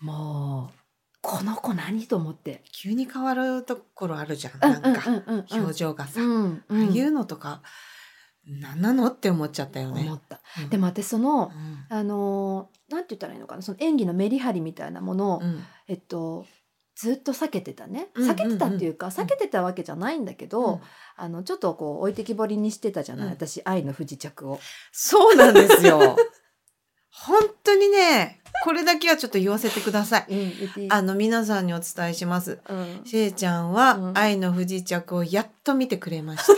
Speaker 1: もうこの子何と思って
Speaker 2: 急に変わるところあるじゃん。
Speaker 1: うんう
Speaker 2: なんんか
Speaker 1: うんうんうん
Speaker 2: 表情がさ、
Speaker 1: うんう
Speaker 2: ああい
Speaker 1: ん
Speaker 2: うのとかなんなのって思っちゃったよね
Speaker 1: 思。った、でも私その
Speaker 2: う、ん
Speaker 1: あのーなんて言ったらいいのかなその演技のメリハリみたいなものを、
Speaker 2: うん
Speaker 1: えっとずっと避けてたね
Speaker 2: うんうんう
Speaker 1: 避
Speaker 2: ん
Speaker 1: けてたっていうか、避けてたわけじゃないんだけど、
Speaker 2: うん
Speaker 1: あのちょっとこう置いてきぼりにしてたじゃない、
Speaker 2: うん
Speaker 1: 私愛の不時着を。
Speaker 2: そうなんで すよ。本当にね、これだけはちょっと言わせてください。
Speaker 1: うん、言っていい
Speaker 2: あの皆さんにお伝えします。
Speaker 1: うん
Speaker 2: しえちゃん
Speaker 1: う
Speaker 2: は
Speaker 1: ん
Speaker 2: 愛の不時着をやっと見てくれま した。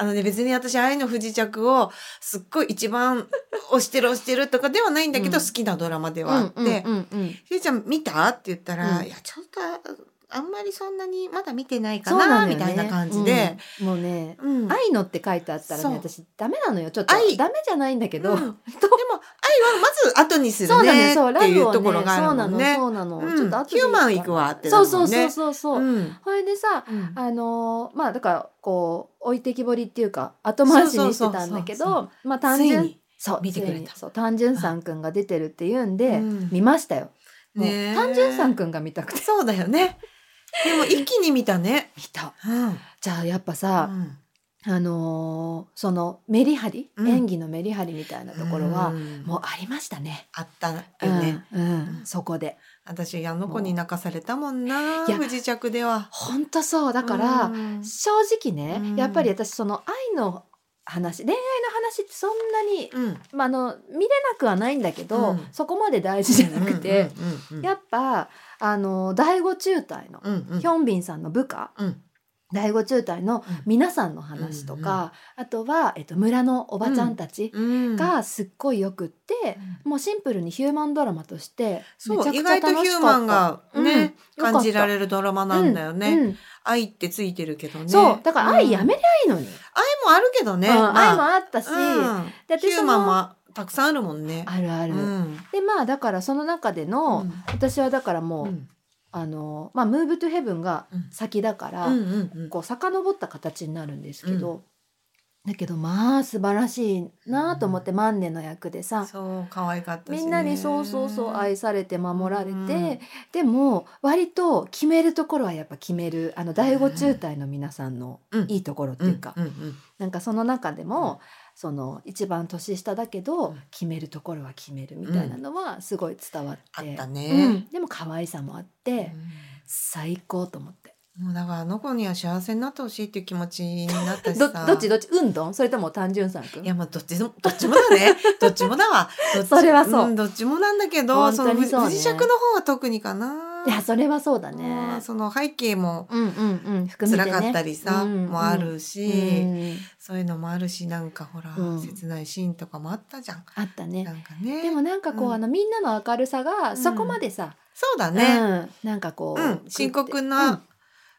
Speaker 2: あのね、別に私愛の不時着をすっごい一番推してる推してるとかではないんだけど、
Speaker 1: うん
Speaker 2: 好きなドラマではあって、
Speaker 1: うんうんうんうん
Speaker 2: しえちゃん見たって言ったら、
Speaker 1: うん
Speaker 2: いや、ちょっとあんまりそんなにまだ見てないか
Speaker 1: そうな
Speaker 2: な
Speaker 1: のよ
Speaker 2: み
Speaker 1: ね
Speaker 2: たいな感じで、、
Speaker 1: うんもうね
Speaker 2: う
Speaker 1: 「
Speaker 2: ん
Speaker 1: 愛の」って書いてあったらね
Speaker 2: そう
Speaker 1: 私ダメなのよちょっと
Speaker 2: 愛
Speaker 1: ダメじゃないんだけど、
Speaker 2: うんでも愛はまず後にす
Speaker 1: そ
Speaker 2: る
Speaker 1: うなの
Speaker 2: ね
Speaker 1: よそう
Speaker 2: っ
Speaker 1: ラ
Speaker 2: てい
Speaker 1: ブ
Speaker 2: う
Speaker 1: を
Speaker 2: ところ
Speaker 1: ね
Speaker 2: があ
Speaker 1: そう
Speaker 2: るも
Speaker 1: なの
Speaker 2: んね。
Speaker 1: そうなの、
Speaker 2: うん
Speaker 1: ちょっと後でいい
Speaker 2: ヒューマン行くわってな
Speaker 1: そ
Speaker 2: る
Speaker 1: うそ
Speaker 2: も
Speaker 1: うんそう
Speaker 2: ね
Speaker 1: そうそう、
Speaker 2: うん
Speaker 1: ほいでさ
Speaker 2: うん
Speaker 1: あのーまあだからこう置いてきぼりっていうか後回しにしてたんだけ
Speaker 2: そうそう
Speaker 1: どまあ単
Speaker 2: つい
Speaker 1: 純
Speaker 2: に
Speaker 1: そう
Speaker 2: 見てくれ
Speaker 1: つ
Speaker 2: た
Speaker 1: いにそう単純さんくんが出てるっていうんで、
Speaker 2: うん
Speaker 1: 見ましたよ。もう
Speaker 2: ねえ
Speaker 1: 単純さんくんが見たくて
Speaker 2: そうだよね。でも一気に見たね。
Speaker 1: 見た
Speaker 2: うん
Speaker 1: じゃあやっぱさ、あのーそのメリハリ、
Speaker 2: うん
Speaker 1: 演技のメリハリみたいなところは、
Speaker 2: うん
Speaker 1: もうありましたね。
Speaker 2: あったよね。
Speaker 1: うんうん
Speaker 2: うん
Speaker 1: そこで
Speaker 2: 私あの子に泣かされたもんな。
Speaker 1: いや
Speaker 2: 不時着では。
Speaker 1: 本当そうだから、
Speaker 2: うん
Speaker 1: 正直ね、
Speaker 2: うん
Speaker 1: やっぱり私その愛の話恋愛の話ってそんなに
Speaker 2: うん
Speaker 1: まあ、あの見れなくはないんだけど、
Speaker 2: うん
Speaker 1: そこまで大事じゃなくて、、
Speaker 2: うんうんうん
Speaker 1: やっぱあの第五中隊の、
Speaker 2: うんうん
Speaker 1: ヒョンビンさんの部下
Speaker 2: うん
Speaker 1: 第五中隊の
Speaker 2: うん
Speaker 1: 皆さんの話とか、あとは、えっと、村のおばちゃんたち
Speaker 2: うん
Speaker 1: がすっごいよくって、もうシンプルにヒューマンドラマとしてめち
Speaker 2: そう
Speaker 1: ゃく
Speaker 2: 意
Speaker 1: ちゃ
Speaker 2: 外と
Speaker 1: 楽
Speaker 2: ヒ
Speaker 1: し
Speaker 2: ュー
Speaker 1: か
Speaker 2: マ
Speaker 1: っ
Speaker 2: ン
Speaker 1: た。
Speaker 2: がね、
Speaker 1: うん
Speaker 2: 感じられるドラマなんだよね、
Speaker 1: うんうん
Speaker 2: 愛ってついてるけどね
Speaker 1: そうだから愛やめりゃ
Speaker 2: うん
Speaker 1: いいのに、
Speaker 2: 愛もあるけどね、
Speaker 1: うん
Speaker 2: ま
Speaker 1: 愛も
Speaker 2: あ
Speaker 1: あったし、
Speaker 2: うん
Speaker 1: で私
Speaker 2: ヒュ
Speaker 1: そ
Speaker 2: ー
Speaker 1: の
Speaker 2: マンもたくさんあるもんね
Speaker 1: あるある、
Speaker 2: うん
Speaker 1: でまあだからその中での、
Speaker 2: うん
Speaker 1: 私はだからもう、
Speaker 2: うん
Speaker 1: あのまあ「ムーブ・トゥ・ヘブン」が
Speaker 2: うん
Speaker 1: 先だから、
Speaker 2: うんうんうん
Speaker 1: こう遡った形になるんですけど、だけどまあ素晴らしいなと思って、マンネの役でさ、
Speaker 2: そう可愛かったし、ね、
Speaker 1: みんなにそうそうそう愛されて守られて、
Speaker 2: うん
Speaker 1: でも割と決めるところはやっぱ決めるあの第五中隊の皆さんの
Speaker 2: うん
Speaker 1: いいところっていうか、
Speaker 2: うんうん
Speaker 1: なんかその中でも、その一番年下だけど、
Speaker 2: うん
Speaker 1: 決めるところは決めるみたいなのはすごい伝わって、
Speaker 2: あったね
Speaker 1: うんでも可愛さもあって。最高と思って
Speaker 2: うんもうだからあの子には幸せになってほしいっていう気持ちになったし
Speaker 1: ど
Speaker 2: さ
Speaker 1: どっちどっちうんどんそれとも単純さんくん
Speaker 2: いやまあどっちも どっちもだねどっちもだわどっ ち
Speaker 1: それはそうん
Speaker 2: どっちもなんだけど
Speaker 1: 本
Speaker 2: そ
Speaker 1: 当
Speaker 2: の
Speaker 1: に
Speaker 2: 不
Speaker 1: そうね
Speaker 2: 不時着の方は特にかない
Speaker 1: やそれはそうだ
Speaker 2: う
Speaker 1: ね
Speaker 2: んその背景も
Speaker 1: うんうんうん含めて
Speaker 2: 辛
Speaker 1: ね
Speaker 2: かったりさ、
Speaker 1: うん
Speaker 2: もあるし、
Speaker 1: うん
Speaker 2: そういうのもあるしなんかほら、
Speaker 1: うん
Speaker 2: 切ないシーンとかもあったじゃん
Speaker 1: あったね
Speaker 2: なんかね
Speaker 1: でもなんかこう、
Speaker 2: うん
Speaker 1: あのみんなの明るさが
Speaker 2: ん
Speaker 1: そこまでさ、
Speaker 2: そうだ
Speaker 1: うん
Speaker 2: ね、
Speaker 1: なんかこう、
Speaker 2: うん深刻な、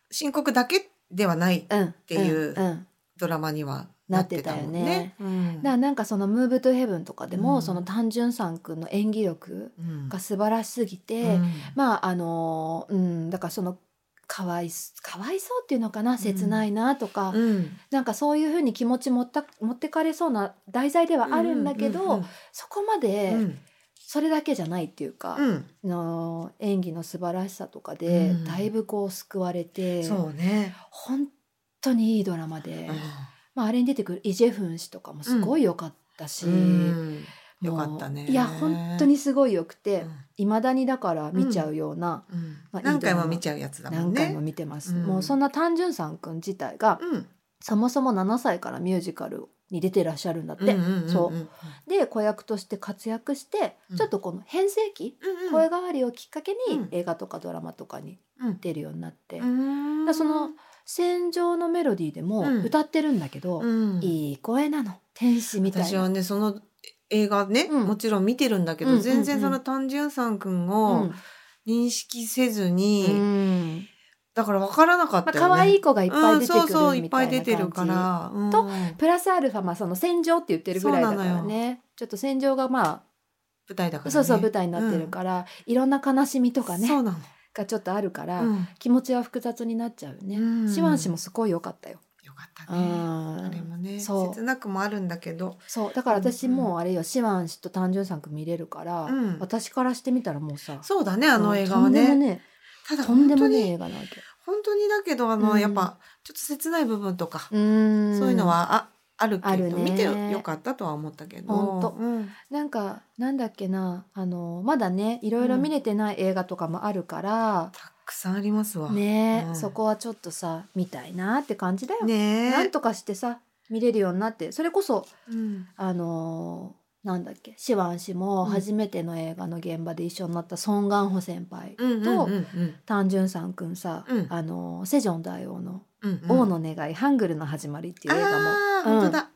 Speaker 2: 深刻だけではない
Speaker 1: うん、って
Speaker 2: いうん
Speaker 1: うん
Speaker 2: ドラマにはなってたもんね。うん
Speaker 1: だからなんかその「ムーブ・トゥ・ヘブン」とかでも、
Speaker 2: うん
Speaker 1: その単純さんくんの演技力
Speaker 2: うん
Speaker 1: が素晴らしすぎて、
Speaker 2: うん
Speaker 1: まああのうんだからそのかわいすかわいそうっていうのかな切ないなとか、
Speaker 2: うん
Speaker 1: なんかそういうふうに気持ち持った持ってかれそうな題材ではあるんだけど、
Speaker 2: うん
Speaker 1: そこま
Speaker 2: う
Speaker 1: で
Speaker 2: ん
Speaker 1: それだけじゃないっていうか、
Speaker 2: うん
Speaker 1: の演技の素晴らしさとかで、
Speaker 2: うん
Speaker 1: だいぶこう救われて
Speaker 2: そうね、
Speaker 1: 本当にいいドラマで、まあ、あれに出てくるイ・ジェフン氏とかもすごい良かったし、
Speaker 2: うん
Speaker 1: もう
Speaker 2: よかったね
Speaker 1: いや本当にすごい良くて
Speaker 2: うん
Speaker 1: いま、未だにだから見ちゃうような、
Speaker 2: うん
Speaker 1: まあ
Speaker 2: 何回も見ちゃうやつだも
Speaker 1: 何
Speaker 2: んね。
Speaker 1: 回も見てます、
Speaker 2: うん
Speaker 1: もうそんな単純さんくん自体が、
Speaker 2: うん
Speaker 1: そもそも7歳からミュージカルに出てらっしゃるんだって、
Speaker 2: うんうんうんうん
Speaker 1: そうで子役として活躍して、
Speaker 2: うん
Speaker 1: ちょっとこの変声期、
Speaker 2: うんうん
Speaker 1: 声変わりをきっかけに、
Speaker 2: うん
Speaker 1: 映画とかドラマとかに
Speaker 2: うん
Speaker 1: 出るようになって、
Speaker 2: う
Speaker 1: だか
Speaker 2: ん
Speaker 1: らその「戦場のメロディー」でも
Speaker 2: うん
Speaker 1: 歌ってるんだけど、
Speaker 2: うん
Speaker 1: いい声なの天使みたい
Speaker 2: 私
Speaker 1: な。
Speaker 2: はねその映画ね、
Speaker 1: うん
Speaker 2: もちろん見てるんだけ
Speaker 1: うん
Speaker 2: ど、
Speaker 1: うん
Speaker 2: 全然その単純さんくんを認識せず
Speaker 1: うん
Speaker 2: に、
Speaker 1: うん
Speaker 2: だから分からなかっ
Speaker 1: まあ
Speaker 2: たよね。
Speaker 1: 可愛い子がいっぱい
Speaker 2: うん
Speaker 1: 出てく
Speaker 2: そ
Speaker 1: る
Speaker 2: うそうい
Speaker 1: み
Speaker 2: っぱ
Speaker 1: た
Speaker 2: い出て
Speaker 1: いな
Speaker 2: るか
Speaker 1: 感
Speaker 2: ら、うん
Speaker 1: とじプラスアルファまあその戦場って言ってるぐらいだか
Speaker 2: そう
Speaker 1: ら
Speaker 2: なの
Speaker 1: ねちょっと戦場がま
Speaker 2: 舞台だか
Speaker 1: あ
Speaker 2: ら、ね、
Speaker 1: そうそう舞台になってるから、いろんな悲しみとかね
Speaker 2: そうなの、
Speaker 1: がちょっとあるから、
Speaker 2: うん
Speaker 1: 気持ちは複雑になっちゃうよね、
Speaker 2: うん
Speaker 1: シワン氏もすごい良かったよ、
Speaker 2: よかった
Speaker 1: う
Speaker 2: ね。
Speaker 1: ん
Speaker 2: あれもね
Speaker 1: そう
Speaker 2: 切なくもあるんだけど、
Speaker 1: そうだから私
Speaker 2: うんうん
Speaker 1: もうあれよ、シワン氏と単純さんくん見れるから、
Speaker 2: うん
Speaker 1: 私からしてみたらもうさ
Speaker 2: そうだねあの映画
Speaker 1: と
Speaker 2: は
Speaker 1: んでも
Speaker 2: ね。
Speaker 1: ね
Speaker 2: ただ
Speaker 1: とん
Speaker 2: 本
Speaker 1: でも
Speaker 2: 当
Speaker 1: ね
Speaker 2: に
Speaker 1: え映画なわけ
Speaker 2: 本当にだけどあの、
Speaker 1: うん
Speaker 2: やっぱちょっと切ない部分とか、
Speaker 1: うん
Speaker 2: そういうのはあある
Speaker 1: あ
Speaker 2: け
Speaker 1: る
Speaker 2: ど、
Speaker 1: ね
Speaker 2: 見てよかったとは思ったけど。
Speaker 1: ほんと
Speaker 2: うん
Speaker 1: なんかなんだっけなあのまだねいろいろ見れてない映画とかもあるから、
Speaker 2: たくさんありますわ。
Speaker 1: ね、
Speaker 2: うん
Speaker 1: そこはちょっとさ見たいなって感じだよ、
Speaker 2: ねえ
Speaker 1: なんとかしてさ見れるようになってそれこそ
Speaker 2: うん
Speaker 1: あのーなんだっけシワン氏も
Speaker 2: うん
Speaker 1: 初めての映画の現場で一緒になったソン・ガンホ先輩、
Speaker 2: うんうんうんうん
Speaker 1: タンジュンさんくんさ、
Speaker 2: うん
Speaker 1: あのーセジョン大王の
Speaker 2: うん
Speaker 1: 「
Speaker 2: うん
Speaker 1: 王の願い、ハングルの始まり」っていう映画も
Speaker 2: あー
Speaker 1: うん
Speaker 2: 本当だ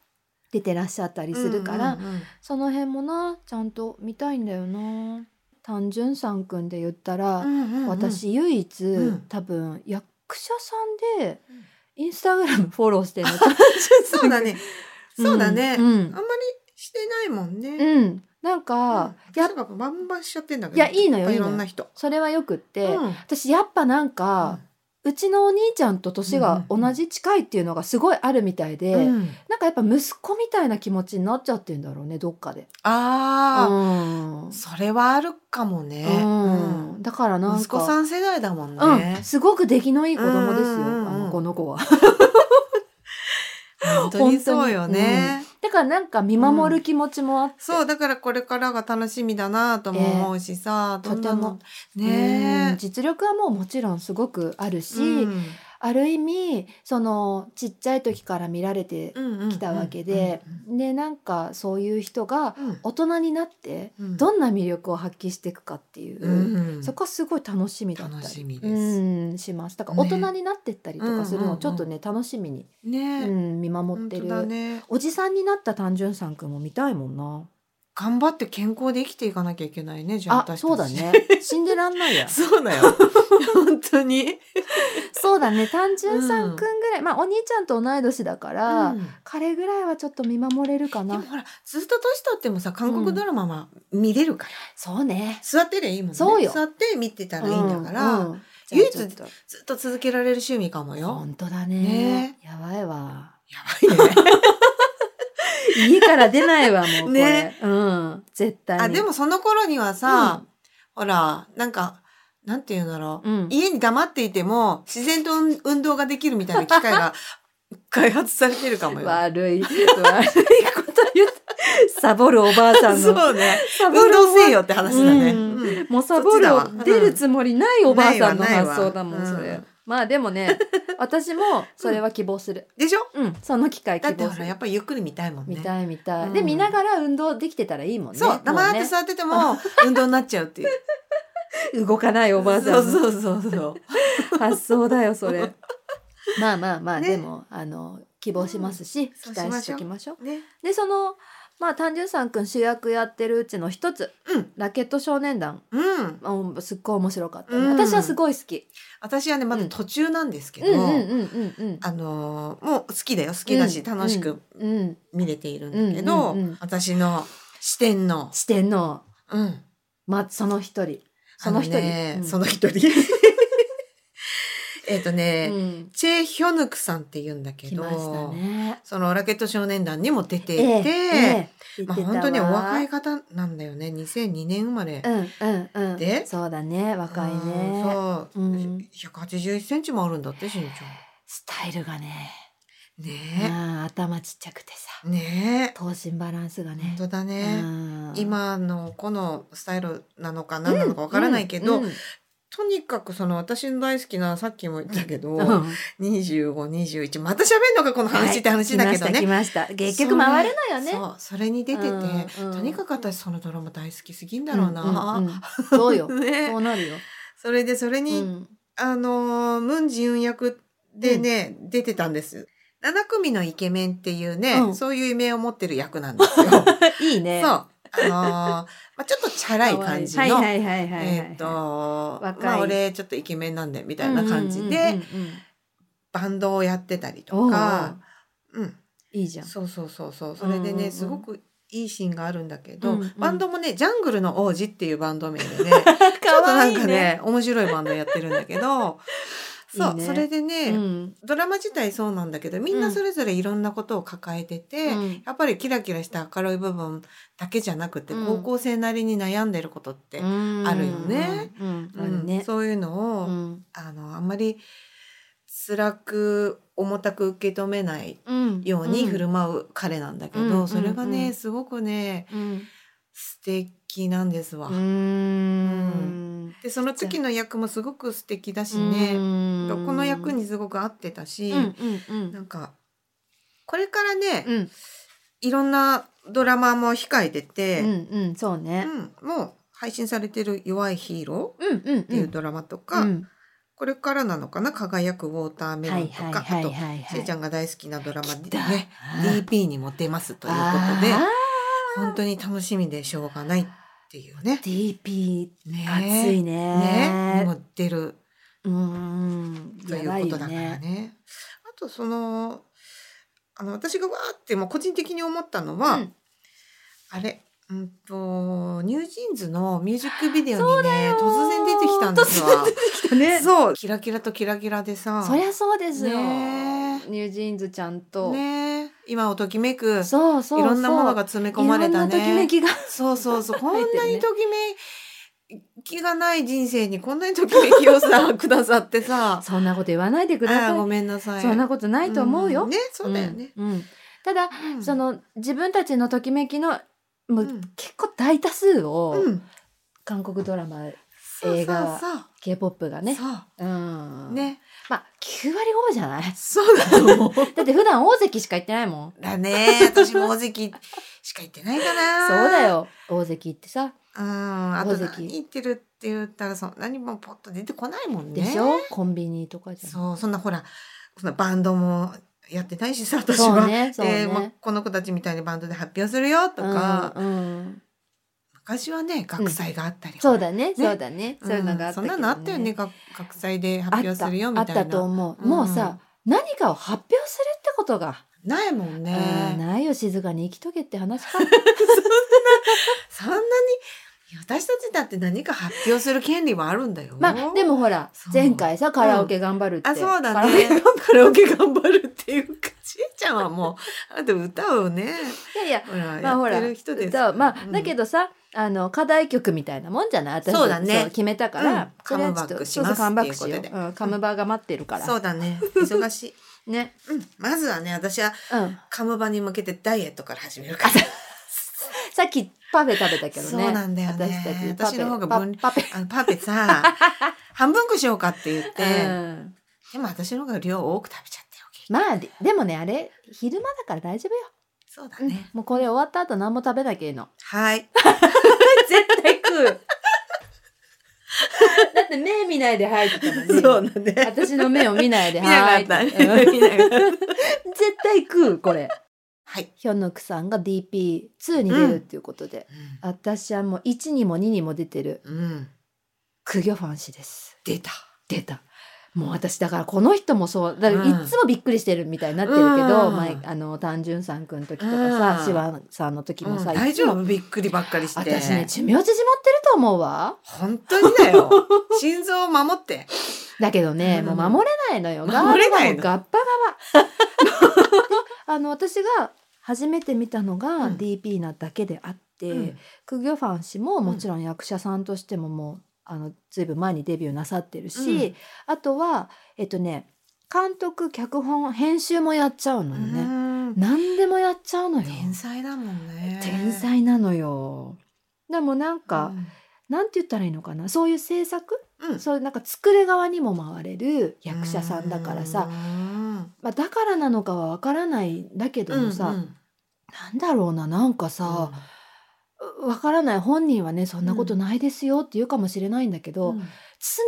Speaker 1: 出てらっしゃったりするから、
Speaker 2: うんうんうん
Speaker 1: その辺もなちゃんと見たいんだよな。単純さんくんで言ったら、
Speaker 2: うんうんうん
Speaker 1: 私唯一、
Speaker 2: うん
Speaker 1: 多分役者さんで
Speaker 2: うん
Speaker 1: インスタグラムフォロー してるの
Speaker 2: そうだねそうだね、
Speaker 1: うん
Speaker 2: あんまりしてないもんね、
Speaker 1: うんうんなんか、や
Speaker 2: やっぱバンバンしちゃってんだけど
Speaker 1: いやいいのよ
Speaker 2: っぱ
Speaker 1: いい
Speaker 2: い
Speaker 1: のよ
Speaker 2: ろんな人
Speaker 1: それはよくって、
Speaker 2: うん
Speaker 1: 私やっぱなんか、うちのお兄ちゃんと年が同じ近いっていうのがすごいあるみたいで、
Speaker 2: うん
Speaker 1: なんかやっぱ息子みたいな気持ちになっちゃってんだろうねどっかで。
Speaker 2: あ
Speaker 1: うん
Speaker 2: あそれはあるかもね、
Speaker 1: うんだから
Speaker 2: う
Speaker 1: なんんか
Speaker 2: 息子さん世代だもんね、
Speaker 1: うん、すごく出来のいい子供ですよ、
Speaker 2: うんうんうんうん
Speaker 1: あのこの子は。
Speaker 2: 本当にそうよね、
Speaker 1: だからなんか見守る気持ちもあって、
Speaker 2: そうだからこれからが楽しみだなとも思うしさ、
Speaker 1: ええ
Speaker 2: どんなの
Speaker 1: とうん
Speaker 2: ね
Speaker 1: 実力はもうもちろんすごくある
Speaker 2: え
Speaker 1: し、ある意味そのちっちゃい時から見られてきたわけで、でなんかそういう人が
Speaker 2: うんうんうん
Speaker 1: 大人になって
Speaker 2: うん
Speaker 1: どんな魅力を発揮していくかっていう、
Speaker 2: うん
Speaker 1: そこはすごい楽しみだったり
Speaker 2: 楽しみです
Speaker 1: うん、しますだから大人になってったりとかするのをちょっとね、楽しみに、
Speaker 2: ねえ、
Speaker 1: うん、見守っ
Speaker 2: 本
Speaker 1: て
Speaker 2: 当
Speaker 1: る、
Speaker 2: だね
Speaker 1: おじさんになった単純さんくんも見たいもんな。
Speaker 2: 頑張って健康で生きていかなきゃいけないねじゃあ
Speaker 1: あ、
Speaker 2: 私たち。
Speaker 1: そうだね。死んでらんないや
Speaker 2: そう だよ本当に
Speaker 1: そうだね。単純さんくんぐらい、まあお兄ちゃんと同い年だから、
Speaker 2: うん
Speaker 1: 彼ぐらいはちょっと見守れるか
Speaker 2: でも
Speaker 1: な。
Speaker 2: ほらずっと年取ってもさ韓国ドラマは見れるから、
Speaker 1: そうね。
Speaker 2: 座ってりゃいいもんね
Speaker 1: そうよ
Speaker 2: 座って見てたらいいんだから、
Speaker 1: うんうん
Speaker 2: 唯一
Speaker 1: じゃあちょっと
Speaker 2: ずっと続けられる趣味かもよ。
Speaker 1: 本当だね
Speaker 2: ね。
Speaker 1: やばいわ。
Speaker 2: や ばいね。
Speaker 1: 家から出ないわもうこれ。
Speaker 2: ね
Speaker 1: うん。絶対に。
Speaker 2: あ、でもその頃にはさ、ほら、なんか、なんて言うんだろう。
Speaker 1: うん。
Speaker 2: 家に黙っていても、自然と運運動ができるみたいな機 械が開発されてるかもよ。
Speaker 1: 悪い悪いこと言った。サボるおばあちゃんの。
Speaker 2: そうね。
Speaker 1: サボ
Speaker 2: 運
Speaker 1: るおばあちゃん
Speaker 2: 動せよって話だね。
Speaker 1: う
Speaker 2: うんん
Speaker 1: もうサボる
Speaker 2: そっちだわ
Speaker 1: 出るつもりないおばあさんの
Speaker 2: ないわない
Speaker 1: 発
Speaker 2: わ
Speaker 1: 想だもんそれ、
Speaker 2: うん
Speaker 1: まあでも ね私もそれは希望する
Speaker 2: でしょ
Speaker 1: うん、その機会
Speaker 2: だ
Speaker 1: 希
Speaker 2: って
Speaker 1: 望
Speaker 2: ほ
Speaker 1: す
Speaker 2: ら、
Speaker 1: る、
Speaker 2: やっぱりゆっくり見たいもんね。
Speaker 1: 見たい見たい、で
Speaker 2: うん
Speaker 1: 見ながら運動できてたらいいもんね
Speaker 2: そう、黙っ
Speaker 1: も
Speaker 2: て
Speaker 1: ね
Speaker 2: 座って ても、運動になっちゃうっていう。
Speaker 1: 動かないおばあさんの
Speaker 2: そうそうそうそう。
Speaker 1: 発想だよそれ まあまあまあ、
Speaker 2: ね
Speaker 1: でもあの希望しますし、期
Speaker 2: そう
Speaker 1: 待
Speaker 2: しま
Speaker 1: し
Speaker 2: し
Speaker 1: と
Speaker 2: ょう
Speaker 1: きましょう
Speaker 2: ね。
Speaker 1: でそのまあ単純さんくん主役やってるうちの一つ
Speaker 2: うん。
Speaker 1: ラケット少年団
Speaker 2: うん。
Speaker 1: あすっごい面白かったね、
Speaker 2: うん
Speaker 1: 私はすごい好き
Speaker 2: 私はね、まだ途中なんですけ
Speaker 1: うん
Speaker 2: ど、
Speaker 1: うんうんうんうん
Speaker 2: あのーもう好きだよ好きだし、
Speaker 1: うん
Speaker 2: 楽しく
Speaker 1: うん、
Speaker 2: 見れているんだけど、
Speaker 1: うんうんうん
Speaker 2: 私の視点の、
Speaker 1: 四天王、
Speaker 2: うん、
Speaker 1: ま、その一人。その一人
Speaker 2: あね
Speaker 1: うん
Speaker 2: その一人 えっとね、
Speaker 1: うん、
Speaker 2: チェ・ヒョヌクさんって言うんだけ
Speaker 1: 来
Speaker 2: ど、
Speaker 1: ましたね。
Speaker 2: そのラケット少年団にも出ていて、
Speaker 1: え
Speaker 2: まあ、本当にお若い
Speaker 1: 言って
Speaker 2: 方なんだよね2002年生まれ
Speaker 1: た、わうんうんうん。
Speaker 2: で
Speaker 1: そうだね、若い
Speaker 2: うん
Speaker 1: ね。
Speaker 2: そう、
Speaker 1: うん
Speaker 2: 181センチもあるんだって身長
Speaker 1: スタイルがね、
Speaker 2: ね
Speaker 1: うん頭ちっちゃくてさ、
Speaker 2: えね
Speaker 1: 頭身バランスが
Speaker 2: え
Speaker 1: ね
Speaker 2: 本。当だね、
Speaker 1: うん
Speaker 2: 今の子のスタイルなのか何なのかわからないけど、
Speaker 1: うんうん
Speaker 2: とにかくその私の大好きなさっきも言ったけど、
Speaker 1: うん
Speaker 2: 2521また喋んのかこの話って話だけど
Speaker 1: はい来
Speaker 2: ね。
Speaker 1: ました来ました結局回るのよね。
Speaker 2: そうそれに出てて、
Speaker 1: うんうん
Speaker 2: とにかく私そのドラマ大好きすぎんだろうな。
Speaker 1: んんんそうよ。
Speaker 2: ね
Speaker 1: そうなるよ。
Speaker 2: それでそれに、
Speaker 1: うん
Speaker 2: あのームン・ジウン役でね、出てたんです。7組のイケメンっていうね、
Speaker 1: うん
Speaker 2: そういう異名を持ってる役なんで すよ。そう。
Speaker 1: いいね。
Speaker 2: あのーまあ、ちょっとチャラい感じの、
Speaker 1: はいはいはいはいはいはい。
Speaker 2: えっ、と、
Speaker 1: 若い
Speaker 2: まあ俺ちょっとイケメンなんでみたいな感じで
Speaker 1: うんうんうんうん
Speaker 2: バンドをやってたり
Speaker 1: お
Speaker 2: と
Speaker 1: うおう
Speaker 2: か、うん、
Speaker 1: いい じゃん。
Speaker 2: そうそうそうそうそれでね、
Speaker 1: うんうんうん
Speaker 2: すごくいいシーンがあるんだけど、
Speaker 1: うんうん
Speaker 2: バンドもねジャングルの王子っていうバンド名で ねちょっと
Speaker 1: 可
Speaker 2: な
Speaker 1: 愛
Speaker 2: んかね。面白いバンドやってるんだけどそう
Speaker 1: いいね
Speaker 2: それでね、
Speaker 1: うん
Speaker 2: ドラマ自体そうなんだけどみんなそれぞれいろんなことを抱えてて、
Speaker 1: うん
Speaker 2: やっぱりキラキラした明るい部分だけじゃなくて、
Speaker 1: うん
Speaker 2: 高校生なりに悩んでることって、あるよね。
Speaker 1: うん
Speaker 2: う
Speaker 1: ある
Speaker 2: ん
Speaker 1: ね。
Speaker 2: そういうのを、
Speaker 1: うん
Speaker 2: あのあんまり辛く重たく受け止めないように振る舞う彼なんだけど、
Speaker 1: うん
Speaker 2: それが
Speaker 1: うんう
Speaker 2: ね
Speaker 1: ん
Speaker 2: すごくね
Speaker 1: うん
Speaker 2: 素敵なんですわ。
Speaker 1: うんうん
Speaker 2: でその時の役もすごく素敵だし
Speaker 1: う
Speaker 2: ね、
Speaker 1: ん
Speaker 2: この役にすごく合ってたし、
Speaker 1: うんうんうん
Speaker 2: なんかこれからね、
Speaker 1: うん
Speaker 2: いろんなドラマも控えてて、
Speaker 1: うんうんそうね。
Speaker 2: うんもう配信されてる「弱いヒーロ
Speaker 1: うんうんうん
Speaker 2: ー」っていうドラマとか、
Speaker 1: うん
Speaker 2: これからなのかな「輝くウォーターメロン」とか、
Speaker 1: はいはいはい
Speaker 2: あと
Speaker 1: はいはい
Speaker 2: しーちゃんが大好きなドラマ
Speaker 1: 来
Speaker 2: で
Speaker 1: た
Speaker 2: ね
Speaker 1: うん
Speaker 2: DP にも出ますということで
Speaker 1: あ
Speaker 2: 本当に楽しみでしょうがないっっていうね。
Speaker 1: DP
Speaker 2: ね
Speaker 1: 熱いね
Speaker 2: ね。もう出る
Speaker 1: うーん
Speaker 2: ということだからね。あとそのあの私がわーってもう個人的に思ったのは、
Speaker 1: うん
Speaker 2: あれ、うんとニュージーンズのミュージックビデオにね突然出てきたんですわ。
Speaker 1: やばいよね
Speaker 2: そうキラキラとキラキラでさ。
Speaker 1: そりゃそうですよ、
Speaker 2: ね
Speaker 1: ニュージーンズちゃんと、
Speaker 2: ね今をときめく
Speaker 1: そうそうそう
Speaker 2: いろんなものが詰め込まれたね。
Speaker 1: いろんなときめきが
Speaker 2: そうそうそう。こ
Speaker 1: 入って
Speaker 2: ん
Speaker 1: る
Speaker 2: な
Speaker 1: ね
Speaker 2: にときめきがない人生にこんなにときめき をさ、くださってさ。
Speaker 1: そんなこと言わないでくだ
Speaker 2: あ
Speaker 1: さ
Speaker 2: あご
Speaker 1: い
Speaker 2: めんなさい。
Speaker 1: そんなことないと思うよ、
Speaker 2: んね、そうだよね。
Speaker 1: うんうんただ、
Speaker 2: うん
Speaker 1: そ、の自分たちのときめきのもう、
Speaker 2: うん
Speaker 1: 結構大多数を、
Speaker 2: うん、
Speaker 1: 韓国ドラマ映
Speaker 2: 映
Speaker 1: 画
Speaker 2: 画さ、
Speaker 1: k p o p がね
Speaker 2: ね、そう
Speaker 1: うん
Speaker 2: ね、
Speaker 1: まあ9割5じゃない
Speaker 2: そうだと思う。
Speaker 1: だって普段大関しか行ってないもん
Speaker 2: だね、私も大関しか行ってないか
Speaker 1: そう
Speaker 2: な。
Speaker 1: だ。よ大関行ってさ
Speaker 2: うん、あ
Speaker 1: 大
Speaker 2: と
Speaker 1: 関
Speaker 2: 何言ってるって言ったら、その何もポッと出てこないもんね。
Speaker 1: でしょ、コンビニとかじゃん
Speaker 2: そう、そんなほら、そんなバンドもやってないしさ、私
Speaker 1: そ
Speaker 2: は
Speaker 1: う。ねそう
Speaker 2: で、まあ
Speaker 1: ね、
Speaker 2: この子たちみたいにバンドで発表するよとか、
Speaker 1: うんうん
Speaker 2: 昔はね学祭があったり、
Speaker 1: そうだね
Speaker 2: ね
Speaker 1: そうだねそういうのがあった
Speaker 2: ん、
Speaker 1: けど
Speaker 2: そんなのあったよね学学祭で
Speaker 1: あ
Speaker 2: 発
Speaker 1: った
Speaker 2: 表するよみ
Speaker 1: あ
Speaker 2: た
Speaker 1: っ
Speaker 2: いな
Speaker 1: たと思う、
Speaker 2: うん
Speaker 1: もうさ何かを発表するってことが、
Speaker 2: ないもんね
Speaker 1: うんないよ静かに生きとけって話 か
Speaker 2: そんなにいや私たちだって何か発表する権利はあるんだよ
Speaker 1: まあでもほら
Speaker 2: そう
Speaker 1: 前回さカラオケ頑張るって、
Speaker 2: あそうだね
Speaker 1: カラオケ
Speaker 2: カラオケ頑張るっていうかしーちゃんはもうあと歌をね
Speaker 1: いやいや
Speaker 2: ほら、
Speaker 1: まあほ
Speaker 2: や
Speaker 1: ら
Speaker 2: ってる人です
Speaker 1: 歌をまあ、だけ
Speaker 2: ど
Speaker 1: どさあの課題曲みたいなもんじゃない私
Speaker 2: そうだね
Speaker 1: 決めたから、
Speaker 2: うん
Speaker 1: それはちょっと
Speaker 2: カムバックし
Speaker 1: そう
Speaker 2: ま
Speaker 1: そう
Speaker 2: す
Speaker 1: カムバックしよう
Speaker 2: っていうこと
Speaker 1: うん、カムバーが待ってるから、
Speaker 2: そうだね忙しい、
Speaker 1: ね、
Speaker 2: うん、まずはね私は
Speaker 1: うん、
Speaker 2: カムバに向けてダイエットから始めるから
Speaker 1: さっきパフェ食べたけどね
Speaker 2: そうなんだよね
Speaker 1: 私たちパフェ
Speaker 2: 私の方が分
Speaker 1: パパフ
Speaker 2: あのパーペ さ半分こしようかって言って、
Speaker 1: ェ、うん、
Speaker 2: でも私の方が量多く食べちゃったよ結局
Speaker 1: まあででもねあれ昼間だから大丈夫よ
Speaker 2: そうだ
Speaker 1: うん
Speaker 2: ね、
Speaker 1: もうこれ終わった後何も食べなきゃいい の。
Speaker 2: はい
Speaker 1: 絶対食う。だって目見ないで入ってたもんね。
Speaker 2: だね
Speaker 1: 私の目を見ないで
Speaker 2: 見なかった
Speaker 1: は
Speaker 2: ね
Speaker 1: いうん
Speaker 2: 見なかった
Speaker 1: 絶対食うこれ。
Speaker 2: はい、
Speaker 1: ヒョンノクさんが DP2 に出るっていうことで、私はもう1にも2にも出てる
Speaker 2: うんうん、
Speaker 1: クギョファン氏です。
Speaker 2: 出た
Speaker 1: 出た。もう私だからこの人もそうだから
Speaker 2: うん
Speaker 1: いつもびっくりしてるみたいになってるけど、
Speaker 2: うん
Speaker 1: 前あの単純さんくんの時とか
Speaker 2: う
Speaker 1: さ、
Speaker 2: ん
Speaker 1: シワさんの時もさ、
Speaker 2: うん
Speaker 1: い
Speaker 2: 大
Speaker 1: つ
Speaker 2: 丈
Speaker 1: も
Speaker 2: 夫びっくりばっかりして
Speaker 1: 私ね寿命縮まってると思うわ。
Speaker 2: 本当にだよ 心臓を守って
Speaker 1: だけどね、
Speaker 2: うん
Speaker 1: もう守れないのよ。
Speaker 2: 守れないの
Speaker 1: ガッパガ バ。あの私が初めて見たのが
Speaker 2: うん
Speaker 1: DP なだけであって、
Speaker 2: うん
Speaker 1: クギョファン氏ももちろん役者さんとしてももうあのずいぶん前にデビューなさってるし、
Speaker 2: う
Speaker 1: あとはえっとね監督脚本編集もやっちゃうのよ
Speaker 2: う
Speaker 1: ね。
Speaker 2: ん
Speaker 1: 何でもやっちゃうのよ。
Speaker 2: 天才だもんね
Speaker 1: 天才なのよ。でもなんか、なんて言ったらいいのかなそういう制作
Speaker 2: うん、うん
Speaker 1: そういうなんか作る側にも回れる役者さんだからさ、
Speaker 2: うん
Speaker 1: まあ、だからなのかはわからないんだけどもさ、
Speaker 2: うんうん
Speaker 1: なんだろうななんかさわからない本人はねそんなことないですよって言うかもしれないんだけど、
Speaker 2: うん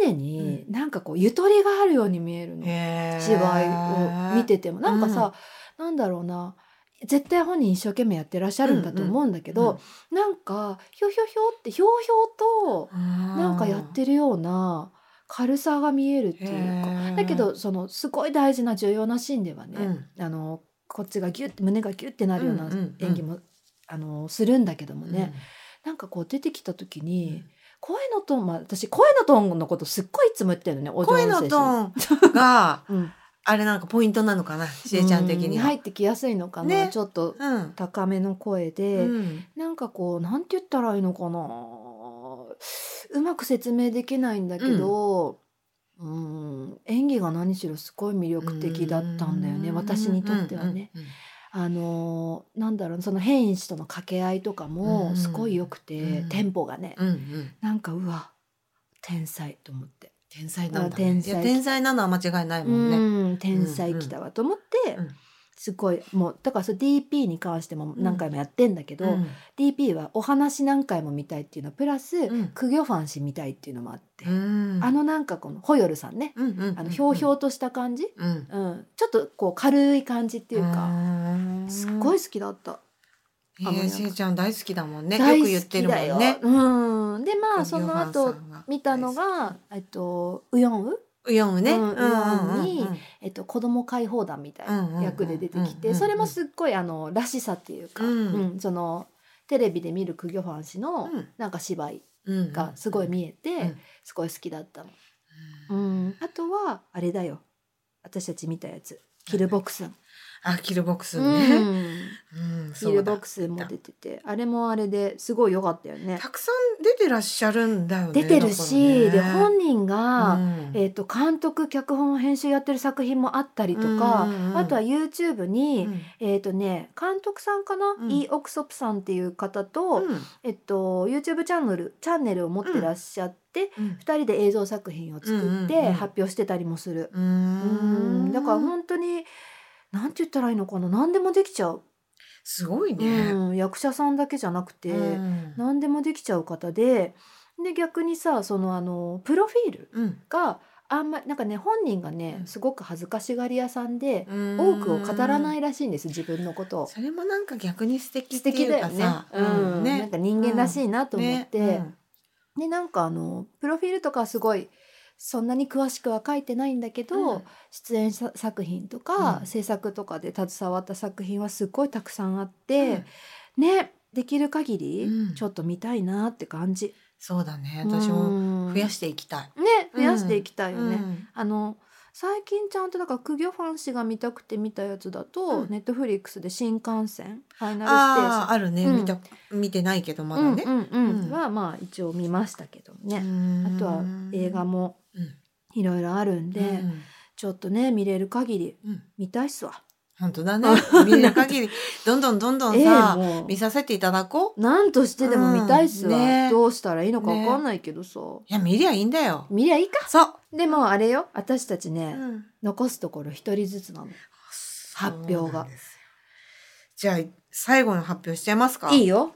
Speaker 1: 常になんかこうゆとりがあるように見えるの、
Speaker 2: へー
Speaker 1: 芝居を見ててもなんかさ、なんだろうな絶対本人一生懸命やってらっしゃるんだと思うんだけど、なんかひょひょひょってひょうひょうとな
Speaker 2: なん
Speaker 1: かやってるような軽さが見えるっていうか。だけどそのすごい大事な重要なシーンではね、あのこっちがギュッて胸がギュッてなるような
Speaker 2: うんうんうん
Speaker 1: 演技も、あのするんだけどもね、
Speaker 2: ね、
Speaker 1: なんかこう出てきた時
Speaker 2: う
Speaker 1: に
Speaker 2: ん
Speaker 1: 声のトーン、まあ、私声のトーンのことすっごいいつも言ってるのねお
Speaker 2: 声のトーンが
Speaker 1: ーン、 うん、
Speaker 2: あれなんかポイントなのかなしえちゃん的に
Speaker 1: う
Speaker 2: は。
Speaker 1: 入ってきやすいのかな、
Speaker 2: ね
Speaker 1: ちょっと
Speaker 2: うん
Speaker 1: 高めの声
Speaker 2: う
Speaker 1: で、
Speaker 2: ん
Speaker 1: なんかこうなんて言ったらいいのかなうまく説明できないんだけど、うん、演技が何しろすごい魅力的だったんだよね
Speaker 2: うん
Speaker 1: 私にとってはね。
Speaker 2: うんうん
Speaker 1: あのーなんだろうその変異種との掛け合いとか
Speaker 2: う
Speaker 1: も
Speaker 2: ん
Speaker 1: すごい良くて、
Speaker 2: うん
Speaker 1: テンポがね、
Speaker 2: うんうん
Speaker 1: なんかうわ天才と思って、
Speaker 2: 天才なん
Speaker 1: あ
Speaker 2: だ、
Speaker 1: 天
Speaker 2: ね。
Speaker 1: 才
Speaker 2: いや天才なのは間違いないうもんね。
Speaker 1: ん天才来たわと思って、
Speaker 2: うん
Speaker 1: すごいもうだからそう DP に関しても何回もやってんだけど、
Speaker 2: うん
Speaker 1: DP はお話何回も見たいっていうのプラス、
Speaker 2: ん
Speaker 1: クギョファン氏見たいっていうのもあって、
Speaker 2: うん
Speaker 1: あのなんかこのホヨルさんね、
Speaker 2: うんうんうん
Speaker 1: あのひょうひょうとした感じ、
Speaker 2: うんっ
Speaker 1: うん、ちょっとこう軽い感じって
Speaker 2: て
Speaker 1: いうか、すっご
Speaker 2: い
Speaker 1: い好きだった。
Speaker 2: え
Speaker 1: 雨の
Speaker 2: ー、
Speaker 1: 中
Speaker 2: せいちゃん大好きだもんね。よ
Speaker 1: 大
Speaker 2: く言っ
Speaker 1: 好
Speaker 2: て
Speaker 1: き
Speaker 2: るも
Speaker 1: だよ
Speaker 2: んね。
Speaker 1: うん。でまあそ
Speaker 2: ヨ
Speaker 1: の
Speaker 2: ハンさん
Speaker 1: 後
Speaker 2: が
Speaker 1: 見たのがえっとウヨンウ
Speaker 2: ウヨンウね。
Speaker 1: うんウヨンに
Speaker 2: うんうんうん
Speaker 1: えっと子供解放団みたい
Speaker 2: うんうんうんう
Speaker 1: なん役で出てき
Speaker 2: うんうんう
Speaker 1: て
Speaker 2: ん
Speaker 1: それもすっごいあのらしさっていうか、
Speaker 2: うん
Speaker 1: うんそのテレビで見るクギョファン氏の
Speaker 2: うん
Speaker 1: なんか芝居
Speaker 2: うんうん
Speaker 1: がすごい見えて、
Speaker 2: うん
Speaker 1: すごい好きだったの。うん、あとはあれだよ私たち見たやつキルボクスン、
Speaker 2: あキルボックス
Speaker 1: う
Speaker 2: ね。
Speaker 1: ん
Speaker 2: うん、
Speaker 1: キ
Speaker 2: そ
Speaker 1: ル
Speaker 2: う
Speaker 1: ボ
Speaker 2: だ
Speaker 1: ク。スンも出ててあれもあれですごい良かったよね
Speaker 2: たくさん出てらっしゃるんだよね。
Speaker 1: 出てるし、で
Speaker 2: だからね
Speaker 1: 本人が、
Speaker 2: うん
Speaker 1: えー、と監督脚本編集やってる作品もあったりとか、
Speaker 2: うんうんうん
Speaker 1: あとは YouTube に、
Speaker 2: うん
Speaker 1: えっ、とね監督さんかな、
Speaker 2: うん
Speaker 1: イ・オクソプさんっていう方と、
Speaker 2: うん
Speaker 1: えっと、YouTube チャンネルチャンネルを持ってらっしゃって、
Speaker 2: うん
Speaker 1: 二人で映像作品を作っ
Speaker 2: うんうんう
Speaker 1: て
Speaker 2: ん
Speaker 1: 発表してたりもする。
Speaker 2: う
Speaker 1: うん
Speaker 2: ん
Speaker 1: だから本当になんて言ったらいいのかな何でもできちゃう、
Speaker 2: すごいね。
Speaker 1: うん、役者さんだけじゃなくて、
Speaker 2: うん
Speaker 1: 何でもできちゃう方でで逆にさそのあのプロフィール
Speaker 2: うん
Speaker 1: があんまりなんかね本人がね
Speaker 2: うん
Speaker 1: すごく恥ずかしがり屋さんで
Speaker 2: うん。
Speaker 1: 多くを語らないいらしいんです自分のことを。
Speaker 2: それもなんか逆に素敵
Speaker 1: 素
Speaker 2: って
Speaker 1: 敵
Speaker 2: い
Speaker 1: だ
Speaker 2: う
Speaker 1: よ
Speaker 2: か
Speaker 1: ね
Speaker 2: さ、
Speaker 1: うんなんか人間らしいなと思って、
Speaker 2: ねうん
Speaker 1: でなんかあのプロフィールとかはすごいそんなに詳しくは書いてないんだけど、
Speaker 2: うん
Speaker 1: 出演さ作品とか、
Speaker 2: うん
Speaker 1: 制作とかで携わった作品はすごいたくさんあって、ねできる限り
Speaker 2: うん
Speaker 1: ちょっと見たいなって感じ。
Speaker 2: そうだね私も
Speaker 1: も
Speaker 2: 増やしていきたい、
Speaker 1: ね増やしていきたいよね。
Speaker 2: うん
Speaker 1: あの最近ちゃんとだからクギョファン氏が見たくて見たやつだと、
Speaker 2: うん
Speaker 1: ネットフリックスで新幹線ファイ
Speaker 2: あ
Speaker 1: ナ
Speaker 2: ああるね、
Speaker 1: うん
Speaker 2: 見た見てないけどまだ
Speaker 1: ルステーシ
Speaker 2: ね
Speaker 1: ョ、ン、うんうんうん
Speaker 2: うん
Speaker 1: はまあ一応見ましたけど
Speaker 2: う
Speaker 1: ね、
Speaker 2: ん
Speaker 1: あとは映画も
Speaker 2: うん
Speaker 1: いろいろあるんで、
Speaker 2: うん
Speaker 1: ちょっとね見れる限り
Speaker 2: うん
Speaker 1: 見たいっすわ。
Speaker 2: 本当だね
Speaker 1: あ
Speaker 2: 見る限りどんどんどんどん
Speaker 1: ええ
Speaker 2: さ、
Speaker 1: もう
Speaker 2: 見させていただこう
Speaker 1: なんとしてでも見たいっすわ、
Speaker 2: うんね
Speaker 1: どうしたらいいのかわかんないけどさ、
Speaker 2: いや見りゃいいんだよ
Speaker 1: 見りゃいいか
Speaker 2: そう、
Speaker 1: でもあれよ私たちね、
Speaker 2: うん
Speaker 1: 残すところ一人ずつなの発表が
Speaker 2: そうなんですじゃあ最後の発表しちゃいますか
Speaker 1: いいよ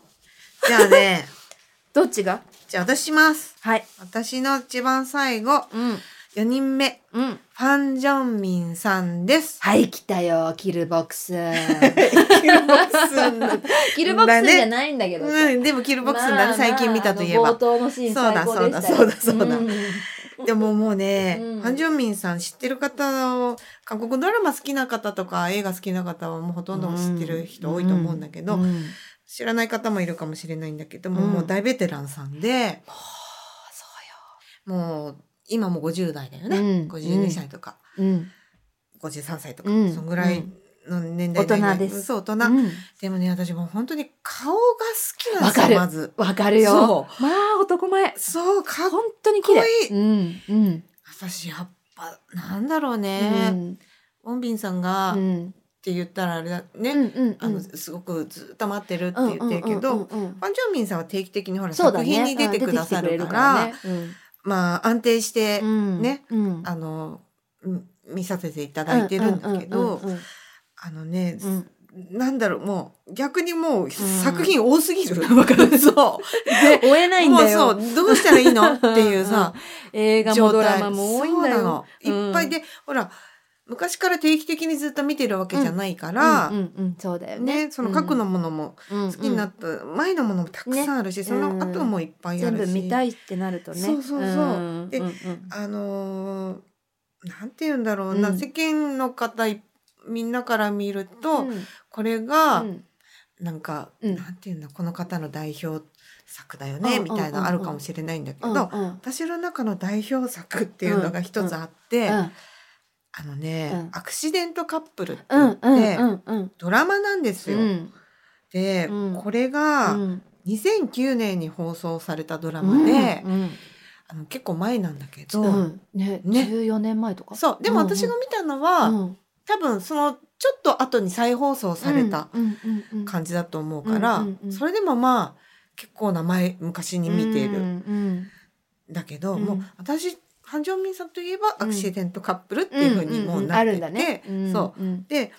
Speaker 2: じゃあね
Speaker 1: どっちが
Speaker 2: じゃあ私します
Speaker 1: はい
Speaker 2: 私の一番最後
Speaker 1: うん
Speaker 2: 4人目
Speaker 1: うん
Speaker 2: ファン・ジョンミンさんです。
Speaker 1: はい来たよキルボック ス
Speaker 2: キルボックスンだ
Speaker 1: キルボックスじゃないんだけどさ、
Speaker 2: うん、でもキルボックスンだね、
Speaker 1: まあ
Speaker 2: 最近見たといえば。
Speaker 1: まああの冒頭のシーン最高でしたよ
Speaker 2: そうだそうだそうだそうだ
Speaker 1: ん
Speaker 2: でももうね、
Speaker 1: うん
Speaker 2: ファン・ジョンミンさん知ってる方を、韓国ドラマ好きな方とか映画好きな方はもうほとんど知ってる人多いと思うんだけど、
Speaker 1: うんうん
Speaker 2: 知らない方もいるかもしれないんだけども、
Speaker 1: うん
Speaker 2: もう大ベテランさんで、
Speaker 1: あそ
Speaker 2: もう今も50代だよね。
Speaker 1: うん
Speaker 2: 52歳とか、
Speaker 1: うよ、うん
Speaker 2: 53歳とか、
Speaker 1: うん
Speaker 2: そんぐらいの年代
Speaker 1: うん大人です
Speaker 2: そう、大人。
Speaker 1: うん
Speaker 2: でもね、私もう本当に顔が好きなん
Speaker 1: わ
Speaker 2: です
Speaker 1: か
Speaker 2: よ、
Speaker 1: る
Speaker 2: まず。
Speaker 1: わかるよ
Speaker 2: そ
Speaker 1: まあ男前
Speaker 2: そう、かっ
Speaker 1: 本当に綺麗
Speaker 2: かっこい
Speaker 1: うんうん
Speaker 2: 私やっぱなんだろう
Speaker 1: う
Speaker 2: ね、
Speaker 1: ん
Speaker 2: ウォンビンさん
Speaker 1: う
Speaker 2: が、っ
Speaker 1: ん
Speaker 2: て言ったらあれだね、
Speaker 1: うんうん
Speaker 2: あのすごくずっと待ってるって言ってるけど、
Speaker 1: うんうんうんうん
Speaker 2: ファン・ジョンミンさんは定期的にほら、
Speaker 1: そうだ
Speaker 2: 作
Speaker 1: ね
Speaker 2: 品に出てくださるから
Speaker 1: うん出てきてくれる
Speaker 2: まあ安定して、
Speaker 1: からねうん
Speaker 2: ね
Speaker 1: うん
Speaker 2: あのうん見させていただいてるんだけど、
Speaker 1: うんうんうん
Speaker 2: あのね、
Speaker 1: うんうん
Speaker 2: なんだろうもう逆にもう作
Speaker 1: うん
Speaker 2: 品多すぎる、 わかるそう
Speaker 1: 追えないんだよ。
Speaker 2: もうそうどうしたらい いのっていうさ
Speaker 1: 映画も
Speaker 2: 状
Speaker 1: ドラ
Speaker 2: 態
Speaker 1: マも多いんだ
Speaker 2: そうな
Speaker 1: よ
Speaker 2: の。いっぱいで、ほら昔から定期的にずっと見てるわけじゃないから、
Speaker 1: うんうんうん、そうだよね。
Speaker 2: ね、その過去のものも
Speaker 1: 好
Speaker 2: 好きになった前のものもたくさんあるし、その後もいっぱいあ
Speaker 1: 全
Speaker 2: るし、
Speaker 1: 部見たいってなるとね。
Speaker 2: そうそうそうんで
Speaker 1: んん
Speaker 2: あのーなんて言うんだろうな、
Speaker 1: うん
Speaker 2: 世間の方いみんなから見ると、
Speaker 1: うん
Speaker 2: これが、
Speaker 1: うん
Speaker 2: なんか、
Speaker 1: うん
Speaker 2: なんていうんだこの方の代表作だよね、
Speaker 1: うん
Speaker 2: みたいなのあるかもしれないんだけど、
Speaker 1: うんうん
Speaker 2: 私の中の代表作っていうのが一つあって、あのね、
Speaker 1: うん
Speaker 2: アクシデントカップルって
Speaker 1: う
Speaker 2: 言っ
Speaker 1: ん
Speaker 2: て、
Speaker 1: うんうんうん
Speaker 2: ドラマなんです
Speaker 1: う
Speaker 2: よ。
Speaker 1: ん
Speaker 2: で、
Speaker 1: うん
Speaker 2: これ
Speaker 1: う
Speaker 2: が
Speaker 1: ん
Speaker 2: 2009年に放送されたドラ
Speaker 1: う
Speaker 2: マ
Speaker 1: ん
Speaker 2: で、
Speaker 1: うん
Speaker 2: あの結構前なんだけど、
Speaker 1: うんね
Speaker 2: ね
Speaker 1: 十四年前とか
Speaker 2: そうでも私が見たのは、
Speaker 1: うん
Speaker 2: 多分そのちょっと後に再放送された
Speaker 1: うんうんうん
Speaker 2: 感じだと思うから、
Speaker 1: うんうんうん
Speaker 2: それでもまあ結構名前昔に見ている、
Speaker 1: うんうん
Speaker 2: だけど、
Speaker 1: うん
Speaker 2: もう私ハン・ジョンミンさんといえば
Speaker 1: う
Speaker 2: ア
Speaker 1: ん
Speaker 2: クシデントカップルっていうふうにもうな
Speaker 1: あ
Speaker 2: っ
Speaker 1: る
Speaker 2: てて、
Speaker 1: んだね
Speaker 2: そう
Speaker 1: うんうん
Speaker 2: で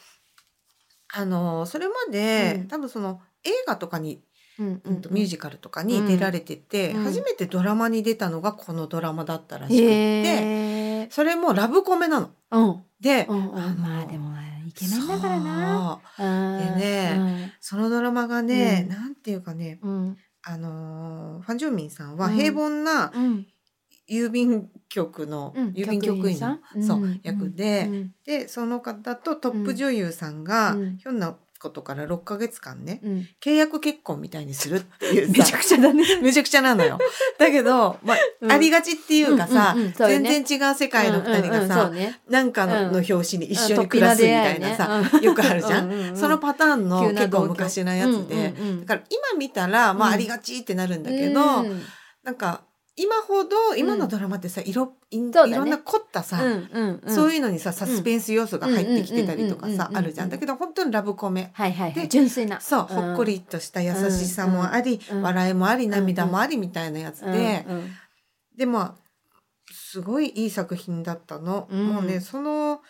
Speaker 2: あのそれまで、
Speaker 1: うん
Speaker 2: 多分その映画とかに、
Speaker 1: うん
Speaker 2: うんとミュージカルとかに
Speaker 1: うん
Speaker 2: 出られてて、
Speaker 1: うん
Speaker 2: 初めてドラマに出たのがこのドラマだったらしくって、
Speaker 1: へえ
Speaker 2: それもラブコメなの。
Speaker 1: うん
Speaker 2: で、
Speaker 1: うんうん
Speaker 2: あの
Speaker 1: まあでも生きケメンだからな。
Speaker 2: でねそう。そのドラマがね、
Speaker 1: うん
Speaker 2: なんていうかね、
Speaker 1: うん、うん
Speaker 2: あのーファン・ジョンミンさんは
Speaker 1: うん
Speaker 2: 平凡な
Speaker 1: うん
Speaker 2: 郵便局の、
Speaker 1: うん
Speaker 2: 郵便局員の
Speaker 1: 局員さん
Speaker 2: そううん役で、
Speaker 1: うん
Speaker 2: でその方とトップ女優さんが、
Speaker 1: うん
Speaker 2: ひょんなことから6ヶ月間ね
Speaker 1: うん
Speaker 2: 契約結婚みたいにするっていうさ
Speaker 1: めちゃくちゃだね。
Speaker 2: めちゃくちゃなのよ。だけど、まああり
Speaker 1: が
Speaker 2: がちっていうかさ、
Speaker 1: うんうんうんそうよね
Speaker 2: 全然違う世界の二人がさ、なんかの,、
Speaker 1: うん
Speaker 2: 表紙に一緒に暮らすみたいなさ、よくあるじゃん。そのパターンの
Speaker 1: 急な
Speaker 2: 結
Speaker 1: 同居
Speaker 2: 構昔のやつ
Speaker 1: う
Speaker 2: で、
Speaker 1: んうんうん
Speaker 2: だから今見たら、まあ、
Speaker 1: うん
Speaker 2: ありがちってなるんだけど、
Speaker 1: うん
Speaker 2: なんか今ほど今のドラマってさ色いい
Speaker 1: そうだね
Speaker 2: ろんな凝ったさ、
Speaker 1: うんうん
Speaker 2: そう
Speaker 1: いう
Speaker 2: いうのにさサスペンス要素が入ってきてたりとか
Speaker 1: うんうんうんうんうん
Speaker 2: さ
Speaker 1: うん
Speaker 2: あるじゃんだけど本当にラブコメ
Speaker 1: はいはいはい
Speaker 2: で
Speaker 1: 純粋な
Speaker 2: そう、
Speaker 1: うん
Speaker 2: ほっこりとした優しさもあり、
Speaker 1: うんうん
Speaker 2: 笑いもあり涙もありみたいなやつで、
Speaker 1: うん
Speaker 2: でまあすごいいい作品だったの、
Speaker 1: うん
Speaker 2: もうねその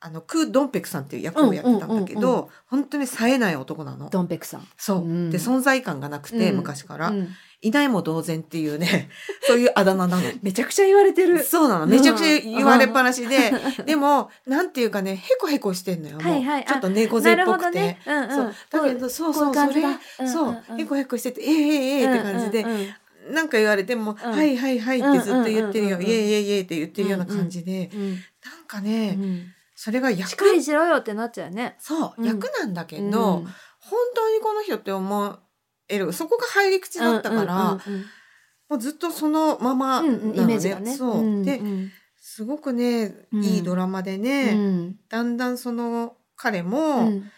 Speaker 2: あのクー・ドンペクさんっていう役をやってたんだけど、
Speaker 1: うんうんうん
Speaker 2: 本当に冴えない男なの。
Speaker 1: ドンペクさん
Speaker 2: そう、
Speaker 1: うん
Speaker 2: で存在感がなくて、
Speaker 1: うん
Speaker 2: 昔から、
Speaker 1: うん
Speaker 2: いないも同然っていうね そういうあだ名なの。
Speaker 1: めちゃくちゃ言われてる
Speaker 2: そうなの
Speaker 1: うん
Speaker 2: めちゃくちゃ言われっぱなしで、 でもなんていうかねへこへこしてんのよもう、
Speaker 1: はいはいあ
Speaker 2: ちょっと猫背
Speaker 1: なる
Speaker 2: っぽ
Speaker 1: ほ
Speaker 2: く
Speaker 1: ど
Speaker 2: て、
Speaker 1: ねうんうん
Speaker 2: そうだけどそう
Speaker 1: こうい
Speaker 2: そうう
Speaker 1: 感
Speaker 2: そ
Speaker 1: じ
Speaker 2: れ、
Speaker 1: だ
Speaker 2: そう、へこへこしててええええええって感じで、
Speaker 1: うんうんうん
Speaker 2: なんか言われても、
Speaker 1: うん
Speaker 2: はいはいはいってずっと言ってるよ、
Speaker 1: うんうんうんうん
Speaker 2: イエイイエイイエイって言ってるような感じで、
Speaker 1: うん
Speaker 2: なんかね、
Speaker 1: うん
Speaker 2: それが役
Speaker 1: しっかりしろよってなっちゃうね
Speaker 2: そううん役なんだけど、
Speaker 1: うん
Speaker 2: 本当にこの人って思えるそこが入り口だったから、
Speaker 1: うんうん
Speaker 2: もうずっとそのまま
Speaker 1: う
Speaker 2: なん
Speaker 1: うん
Speaker 2: のね,、
Speaker 1: うんイメージがね
Speaker 2: そう、
Speaker 1: ん
Speaker 2: で
Speaker 1: うん
Speaker 2: すごくね
Speaker 1: うん
Speaker 2: いいドラマでね、
Speaker 1: うん
Speaker 2: だんだんその彼
Speaker 1: う
Speaker 2: も、
Speaker 1: ん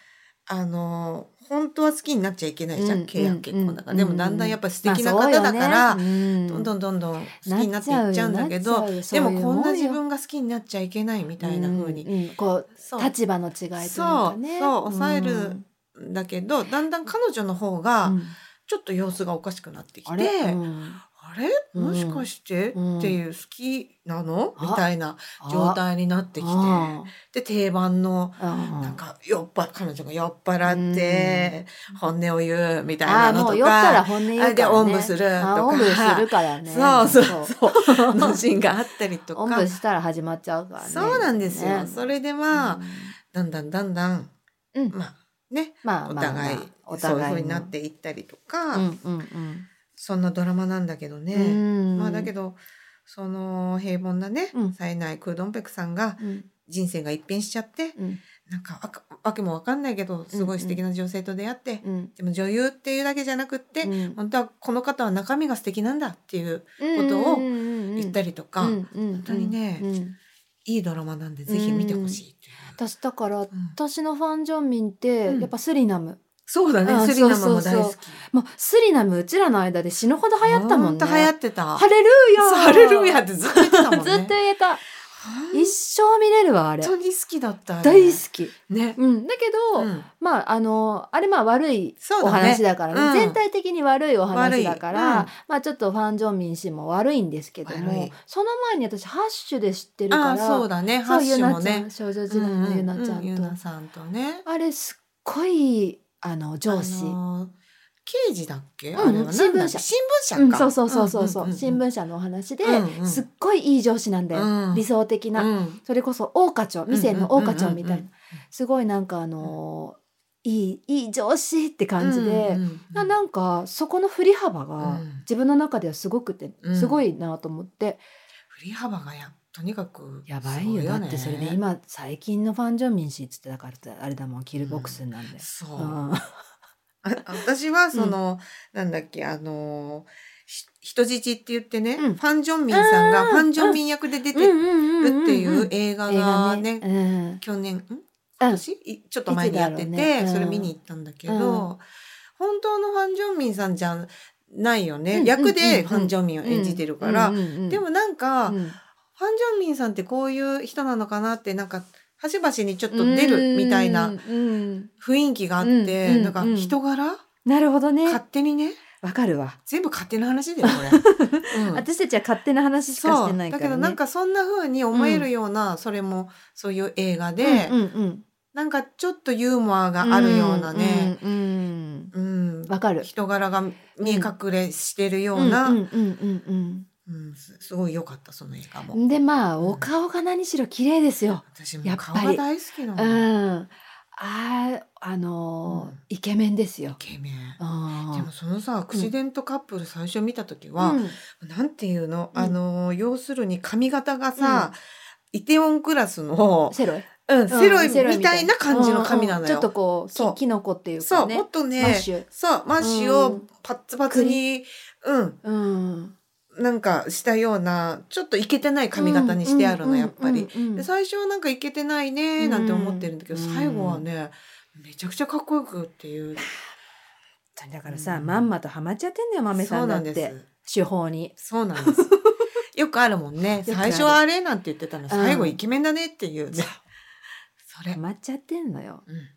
Speaker 2: あの本当は好きになっちゃいけないじゃん、
Speaker 1: うん
Speaker 2: 契約結婚だから、
Speaker 1: うん
Speaker 2: でもだんだんやっぱ素敵な
Speaker 1: まあそ
Speaker 2: 方
Speaker 1: うよ
Speaker 2: だか
Speaker 1: ね
Speaker 2: ら、
Speaker 1: うん
Speaker 2: どんどんどんどん好き
Speaker 1: なっ
Speaker 2: になっていっちゃうんだけど
Speaker 1: ちゃうよ
Speaker 2: でも
Speaker 1: そういう
Speaker 2: こんな
Speaker 1: よ
Speaker 2: 自分が好きになっちゃいけないみたいな風に、
Speaker 1: うんうんこ
Speaker 2: そうう
Speaker 1: 立場の違いというかね
Speaker 2: そうそう抑えるだけどだんだん彼女の方が
Speaker 1: うん
Speaker 2: ちょっと様子がおかしくなってきて、
Speaker 1: あ
Speaker 2: あ
Speaker 1: れ
Speaker 2: れ,、
Speaker 1: うんうん
Speaker 2: もしかして、
Speaker 1: うん
Speaker 2: っていう好きなの
Speaker 1: あ
Speaker 2: みたいな状態になってきて
Speaker 1: あ
Speaker 2: で定番の
Speaker 1: あうん
Speaker 2: なんか酔っぱ彼女が酔っ払って本音を言うみたい
Speaker 1: あ
Speaker 2: な
Speaker 1: あ
Speaker 2: の
Speaker 1: もう
Speaker 2: と
Speaker 1: 酔ったら
Speaker 2: か。
Speaker 1: 本音言うから
Speaker 2: あ
Speaker 1: ね
Speaker 2: でおんぶすると
Speaker 1: あおんぶす
Speaker 2: か
Speaker 1: るからね
Speaker 2: そうそう そうのシーンがあったりと
Speaker 1: おん
Speaker 2: か
Speaker 1: ぶしたら始まっちゃうからね
Speaker 2: そうなんですよ、
Speaker 1: ね
Speaker 2: それで
Speaker 1: うん
Speaker 2: まあ、だんだんだんだん、
Speaker 1: うん
Speaker 2: まあね
Speaker 1: まあ
Speaker 2: お互い,、
Speaker 1: まあまあお
Speaker 2: そういう
Speaker 1: 互い
Speaker 2: ふ
Speaker 1: の
Speaker 2: うになっていったりとか、
Speaker 1: うんうん
Speaker 2: そんなドラマなんだけどね、
Speaker 1: うん
Speaker 2: まあだけ
Speaker 1: ど
Speaker 2: どその平凡なね、
Speaker 1: うん
Speaker 2: 冴えないクードンペクさんが
Speaker 1: うん
Speaker 2: 人生が一変しちゃって
Speaker 1: うん
Speaker 2: なんかわかわけもわかんないけどすごい素敵な女性と出会って、
Speaker 1: うん
Speaker 2: でも女優っていうだけじゃなくって、
Speaker 1: うん
Speaker 2: 本当はこの方は中身が素敵なんだっていう
Speaker 1: こと
Speaker 2: を言った
Speaker 1: り
Speaker 2: りとか、
Speaker 1: 本
Speaker 2: 当にねいいドラマなんでぜひ見てほしいっていう。
Speaker 1: 私だから
Speaker 2: うん
Speaker 1: 私のファン・ジョンミンって、
Speaker 2: うん
Speaker 1: やっぱスリナム
Speaker 2: そうだね、
Speaker 1: うん
Speaker 2: スリナムも
Speaker 1: そう
Speaker 2: 大
Speaker 1: そう
Speaker 2: 好
Speaker 1: そ
Speaker 2: き
Speaker 1: う。もうスリナムうちらの間で死ぬほど流行ったもんね
Speaker 2: ほと流行ってた。
Speaker 1: ハレルヤ
Speaker 2: そうハレ ルヤってずっと言ってたもんね。
Speaker 1: ずっと言えた一生見れるわあれ
Speaker 2: 本当に好きだった、ね。
Speaker 1: 大好き、
Speaker 2: ね。
Speaker 1: うん、だけど、
Speaker 2: うん
Speaker 1: まああのあれまあ悪い
Speaker 2: そう
Speaker 1: お
Speaker 2: だね
Speaker 1: 話。だからね
Speaker 2: うん
Speaker 1: 全体的に悪いお話だから、
Speaker 2: 悪いうん
Speaker 1: まあちょっとファン・ジョンミン氏も悪いんですけど
Speaker 2: 悪
Speaker 1: も
Speaker 2: い
Speaker 1: その前に私ハッシュで知ってるから
Speaker 2: ああ、そうだね。ハ
Speaker 1: そ
Speaker 2: ッ
Speaker 1: うゆ
Speaker 2: シュも
Speaker 1: なちゃん、
Speaker 2: ね。
Speaker 1: 少女時代のゆなちゃんと、
Speaker 2: ゆなさんとね。
Speaker 1: あれすっごいあの上司、
Speaker 2: あのー刑事だっけ？
Speaker 1: ん
Speaker 2: あれはなんだっけ
Speaker 1: 新聞社
Speaker 2: 新
Speaker 1: う
Speaker 2: 聞
Speaker 1: ん、
Speaker 2: 社か。
Speaker 1: そうそうそうそうそう,、新
Speaker 2: 社
Speaker 1: 聞社のお話で、
Speaker 2: うんうん
Speaker 1: すっごいいい上司なんだよ、
Speaker 2: うん
Speaker 1: 理想的な、
Speaker 2: うん
Speaker 1: それこそ大課長未成の大課長みたいな、
Speaker 2: うんうんうんうん
Speaker 1: すごいなんかあのーいいいい上司って感じで、
Speaker 2: うんうんうん
Speaker 1: ななんかそこの振り幅が
Speaker 2: うん
Speaker 1: 自分の中ではすごくて、
Speaker 2: うん
Speaker 1: すごいなと思って、
Speaker 2: 振り幅がやとにかく
Speaker 1: やばいよ
Speaker 2: すご
Speaker 1: だってそれで
Speaker 2: ね
Speaker 1: 今最近のファン・ジョンミン氏っつってだからあれだもんキルボックスなんだよ。
Speaker 2: そうう。
Speaker 1: ん
Speaker 2: あ私はその、なんだっけあのひ人質って言ってね、
Speaker 1: うん
Speaker 2: ファン・ジョンミンさんが
Speaker 1: あー
Speaker 2: ファン・ジョンミン役で出て
Speaker 1: う
Speaker 2: る
Speaker 1: んうんうんうん
Speaker 2: ってい
Speaker 1: うん
Speaker 2: う映画
Speaker 1: 映
Speaker 2: が
Speaker 1: 画ね
Speaker 2: ね,、
Speaker 1: うん
Speaker 2: 去年ん今年いちょっと前にやってて、
Speaker 1: いつだろうねうん
Speaker 2: それ見に行ったんだけど、
Speaker 1: うん
Speaker 2: 本当のファン・ジョンミンさんじゃないよね、
Speaker 1: うん
Speaker 2: 役でファン・ジョンミンを演じてるから、
Speaker 1: うんうんうんうん
Speaker 2: でもなんか、
Speaker 1: う
Speaker 2: ファン・
Speaker 1: ん
Speaker 2: ジョンミンさんってこういう人なのかなってなんか端々にちょっと出るみたいな
Speaker 1: うんうん
Speaker 2: 雰囲気があって、
Speaker 1: うんうん
Speaker 2: なんか人柄、
Speaker 1: なるほどね
Speaker 2: 勝手にね
Speaker 1: わかるわ、
Speaker 2: 全部勝手な話だよこ れ。うん
Speaker 1: 私たちは勝手な話しかしてないから、ね、
Speaker 2: そうだけどなんかそんな風に思えるような、それもそういう映画で、
Speaker 1: うんうん
Speaker 2: なんかちょっとユーモア
Speaker 1: う
Speaker 2: が
Speaker 1: ん、
Speaker 2: あるようなね、
Speaker 1: うんうん
Speaker 2: うん
Speaker 1: わかる
Speaker 2: 人柄が見え隠れしてるような、
Speaker 1: うんうんうんうん
Speaker 2: うんすすごい良かったその映画
Speaker 1: う
Speaker 2: も。
Speaker 1: んでまあお顔が何しろ綺麗ですよ、
Speaker 2: 私も
Speaker 1: や
Speaker 2: う
Speaker 1: っぱり
Speaker 2: 顔が大好きな
Speaker 1: う
Speaker 2: の。
Speaker 1: ん、あああのー
Speaker 2: うん
Speaker 1: イケメンですよ
Speaker 2: イ。ケメン
Speaker 1: う。ん
Speaker 2: でもそのさアクシデントカップル最初見た時は、
Speaker 1: うん
Speaker 2: なんていうの、
Speaker 1: うん
Speaker 2: あの要するに髪型がさ、イテウォンクラスの、
Speaker 1: セロイ
Speaker 2: うん、セロイ
Speaker 1: うん
Speaker 2: みたいな感じの髪なの
Speaker 1: うんうんちょ
Speaker 2: よ。
Speaker 1: っとこう
Speaker 2: そう
Speaker 1: ききのこっていう
Speaker 2: そ
Speaker 1: か
Speaker 2: う
Speaker 1: ね
Speaker 2: もっとね
Speaker 1: マッシュ
Speaker 2: そうマッシュ
Speaker 1: う
Speaker 2: を
Speaker 1: ん
Speaker 2: パッツパツに、うん、
Speaker 1: うん
Speaker 2: なんかしたようなちょっとイケてない髪型にしてあるの、やっぱり。
Speaker 1: うんうんうんうん
Speaker 2: で最初はなんかイケてないねなんて思ってるんだけど、
Speaker 1: うん
Speaker 2: 最後はねめちゃくちゃかっこよくっていう
Speaker 1: 本当にだからさ、
Speaker 2: うん
Speaker 1: まんまとハマっちゃってんだよ豆
Speaker 2: そ
Speaker 1: さ
Speaker 2: うん
Speaker 1: だ
Speaker 2: な
Speaker 1: っ
Speaker 2: んで
Speaker 1: て
Speaker 2: す
Speaker 1: 手法に
Speaker 2: そうなんです よくあるもんね
Speaker 1: よくある
Speaker 2: 最初はあれなんて言ってたの最後
Speaker 1: うん
Speaker 2: イケメンだねっていうね それ
Speaker 1: ハマっちゃってんのよ
Speaker 2: うん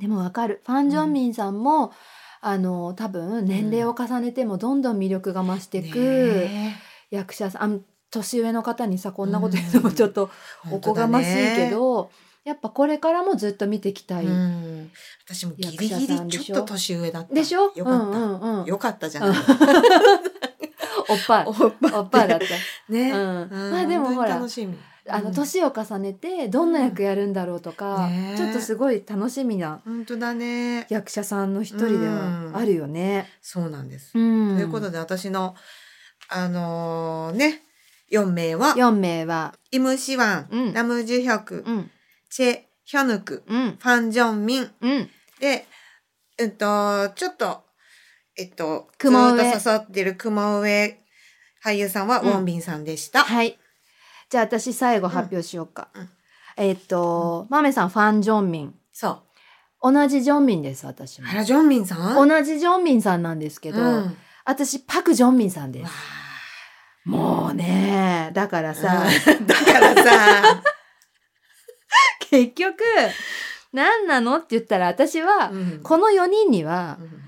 Speaker 1: でもわかるファン・ジョンミンさんも、あの多分年齢を重ねてもどんどん魅力が増してく、
Speaker 2: ね
Speaker 1: 役者さんあの年上の方にさこんなこと言うのも
Speaker 2: うん
Speaker 1: ちょっと
Speaker 2: え
Speaker 1: おこがましいけ、ど、やっぱこれからもずっと見ていきた
Speaker 2: 本
Speaker 1: い、
Speaker 2: 当だねうん私もギリギ
Speaker 1: 役者さん
Speaker 2: リ
Speaker 1: で
Speaker 2: ち
Speaker 1: し
Speaker 2: ょ
Speaker 1: ょ
Speaker 2: っと年上だった
Speaker 1: でしょ
Speaker 2: よかった、
Speaker 1: うんうんうん、
Speaker 2: よかったじゃない、
Speaker 1: おっぱい
Speaker 2: おっぱい
Speaker 1: おっぱいだ った、
Speaker 2: ね、
Speaker 1: うん、
Speaker 2: うん
Speaker 1: まあでもほ
Speaker 2: 本当に
Speaker 1: ら
Speaker 2: 楽しみ
Speaker 1: あ
Speaker 2: う
Speaker 1: の
Speaker 2: ん
Speaker 1: 年を重ねてどんな役やるんだろうとか、
Speaker 2: うんねえ
Speaker 1: ちょっとすごい楽しみな
Speaker 2: 本当だね
Speaker 1: 役者さんの一人ではあるよね。
Speaker 2: そうなんです、
Speaker 1: うん
Speaker 2: ということで私のあのーね4名は
Speaker 1: 4名は、
Speaker 2: イムシワン、
Speaker 1: うん
Speaker 2: ナムジュヒョク、
Speaker 1: うん
Speaker 2: チェ・ヒョヌク
Speaker 1: うん
Speaker 2: ファン・ジョン・ミン
Speaker 1: うん、
Speaker 2: で、えっと、ちょっと、えっと、
Speaker 1: 雲上
Speaker 2: ずっと刺さってる雲上俳優さんはウ
Speaker 1: うん
Speaker 2: ォンビンさんでした。
Speaker 1: はいじゃあ私最後発表しようか。
Speaker 2: うんうん
Speaker 1: えっ、と、マメさんファン・ジョンミン
Speaker 2: そ
Speaker 1: 同じジョンミンです私
Speaker 2: う。
Speaker 1: も
Speaker 2: あ。ら、ジョンミンさん
Speaker 1: 同じジョンミンさんなんですけど、
Speaker 2: うん、
Speaker 1: 私パク・ジョンミンさんで
Speaker 2: わ
Speaker 1: す。もうねだから
Speaker 2: あ
Speaker 1: さ、
Speaker 2: うんだからさ、
Speaker 1: 結局何なのって言ったら私は、
Speaker 2: うん
Speaker 1: この4人には
Speaker 2: うん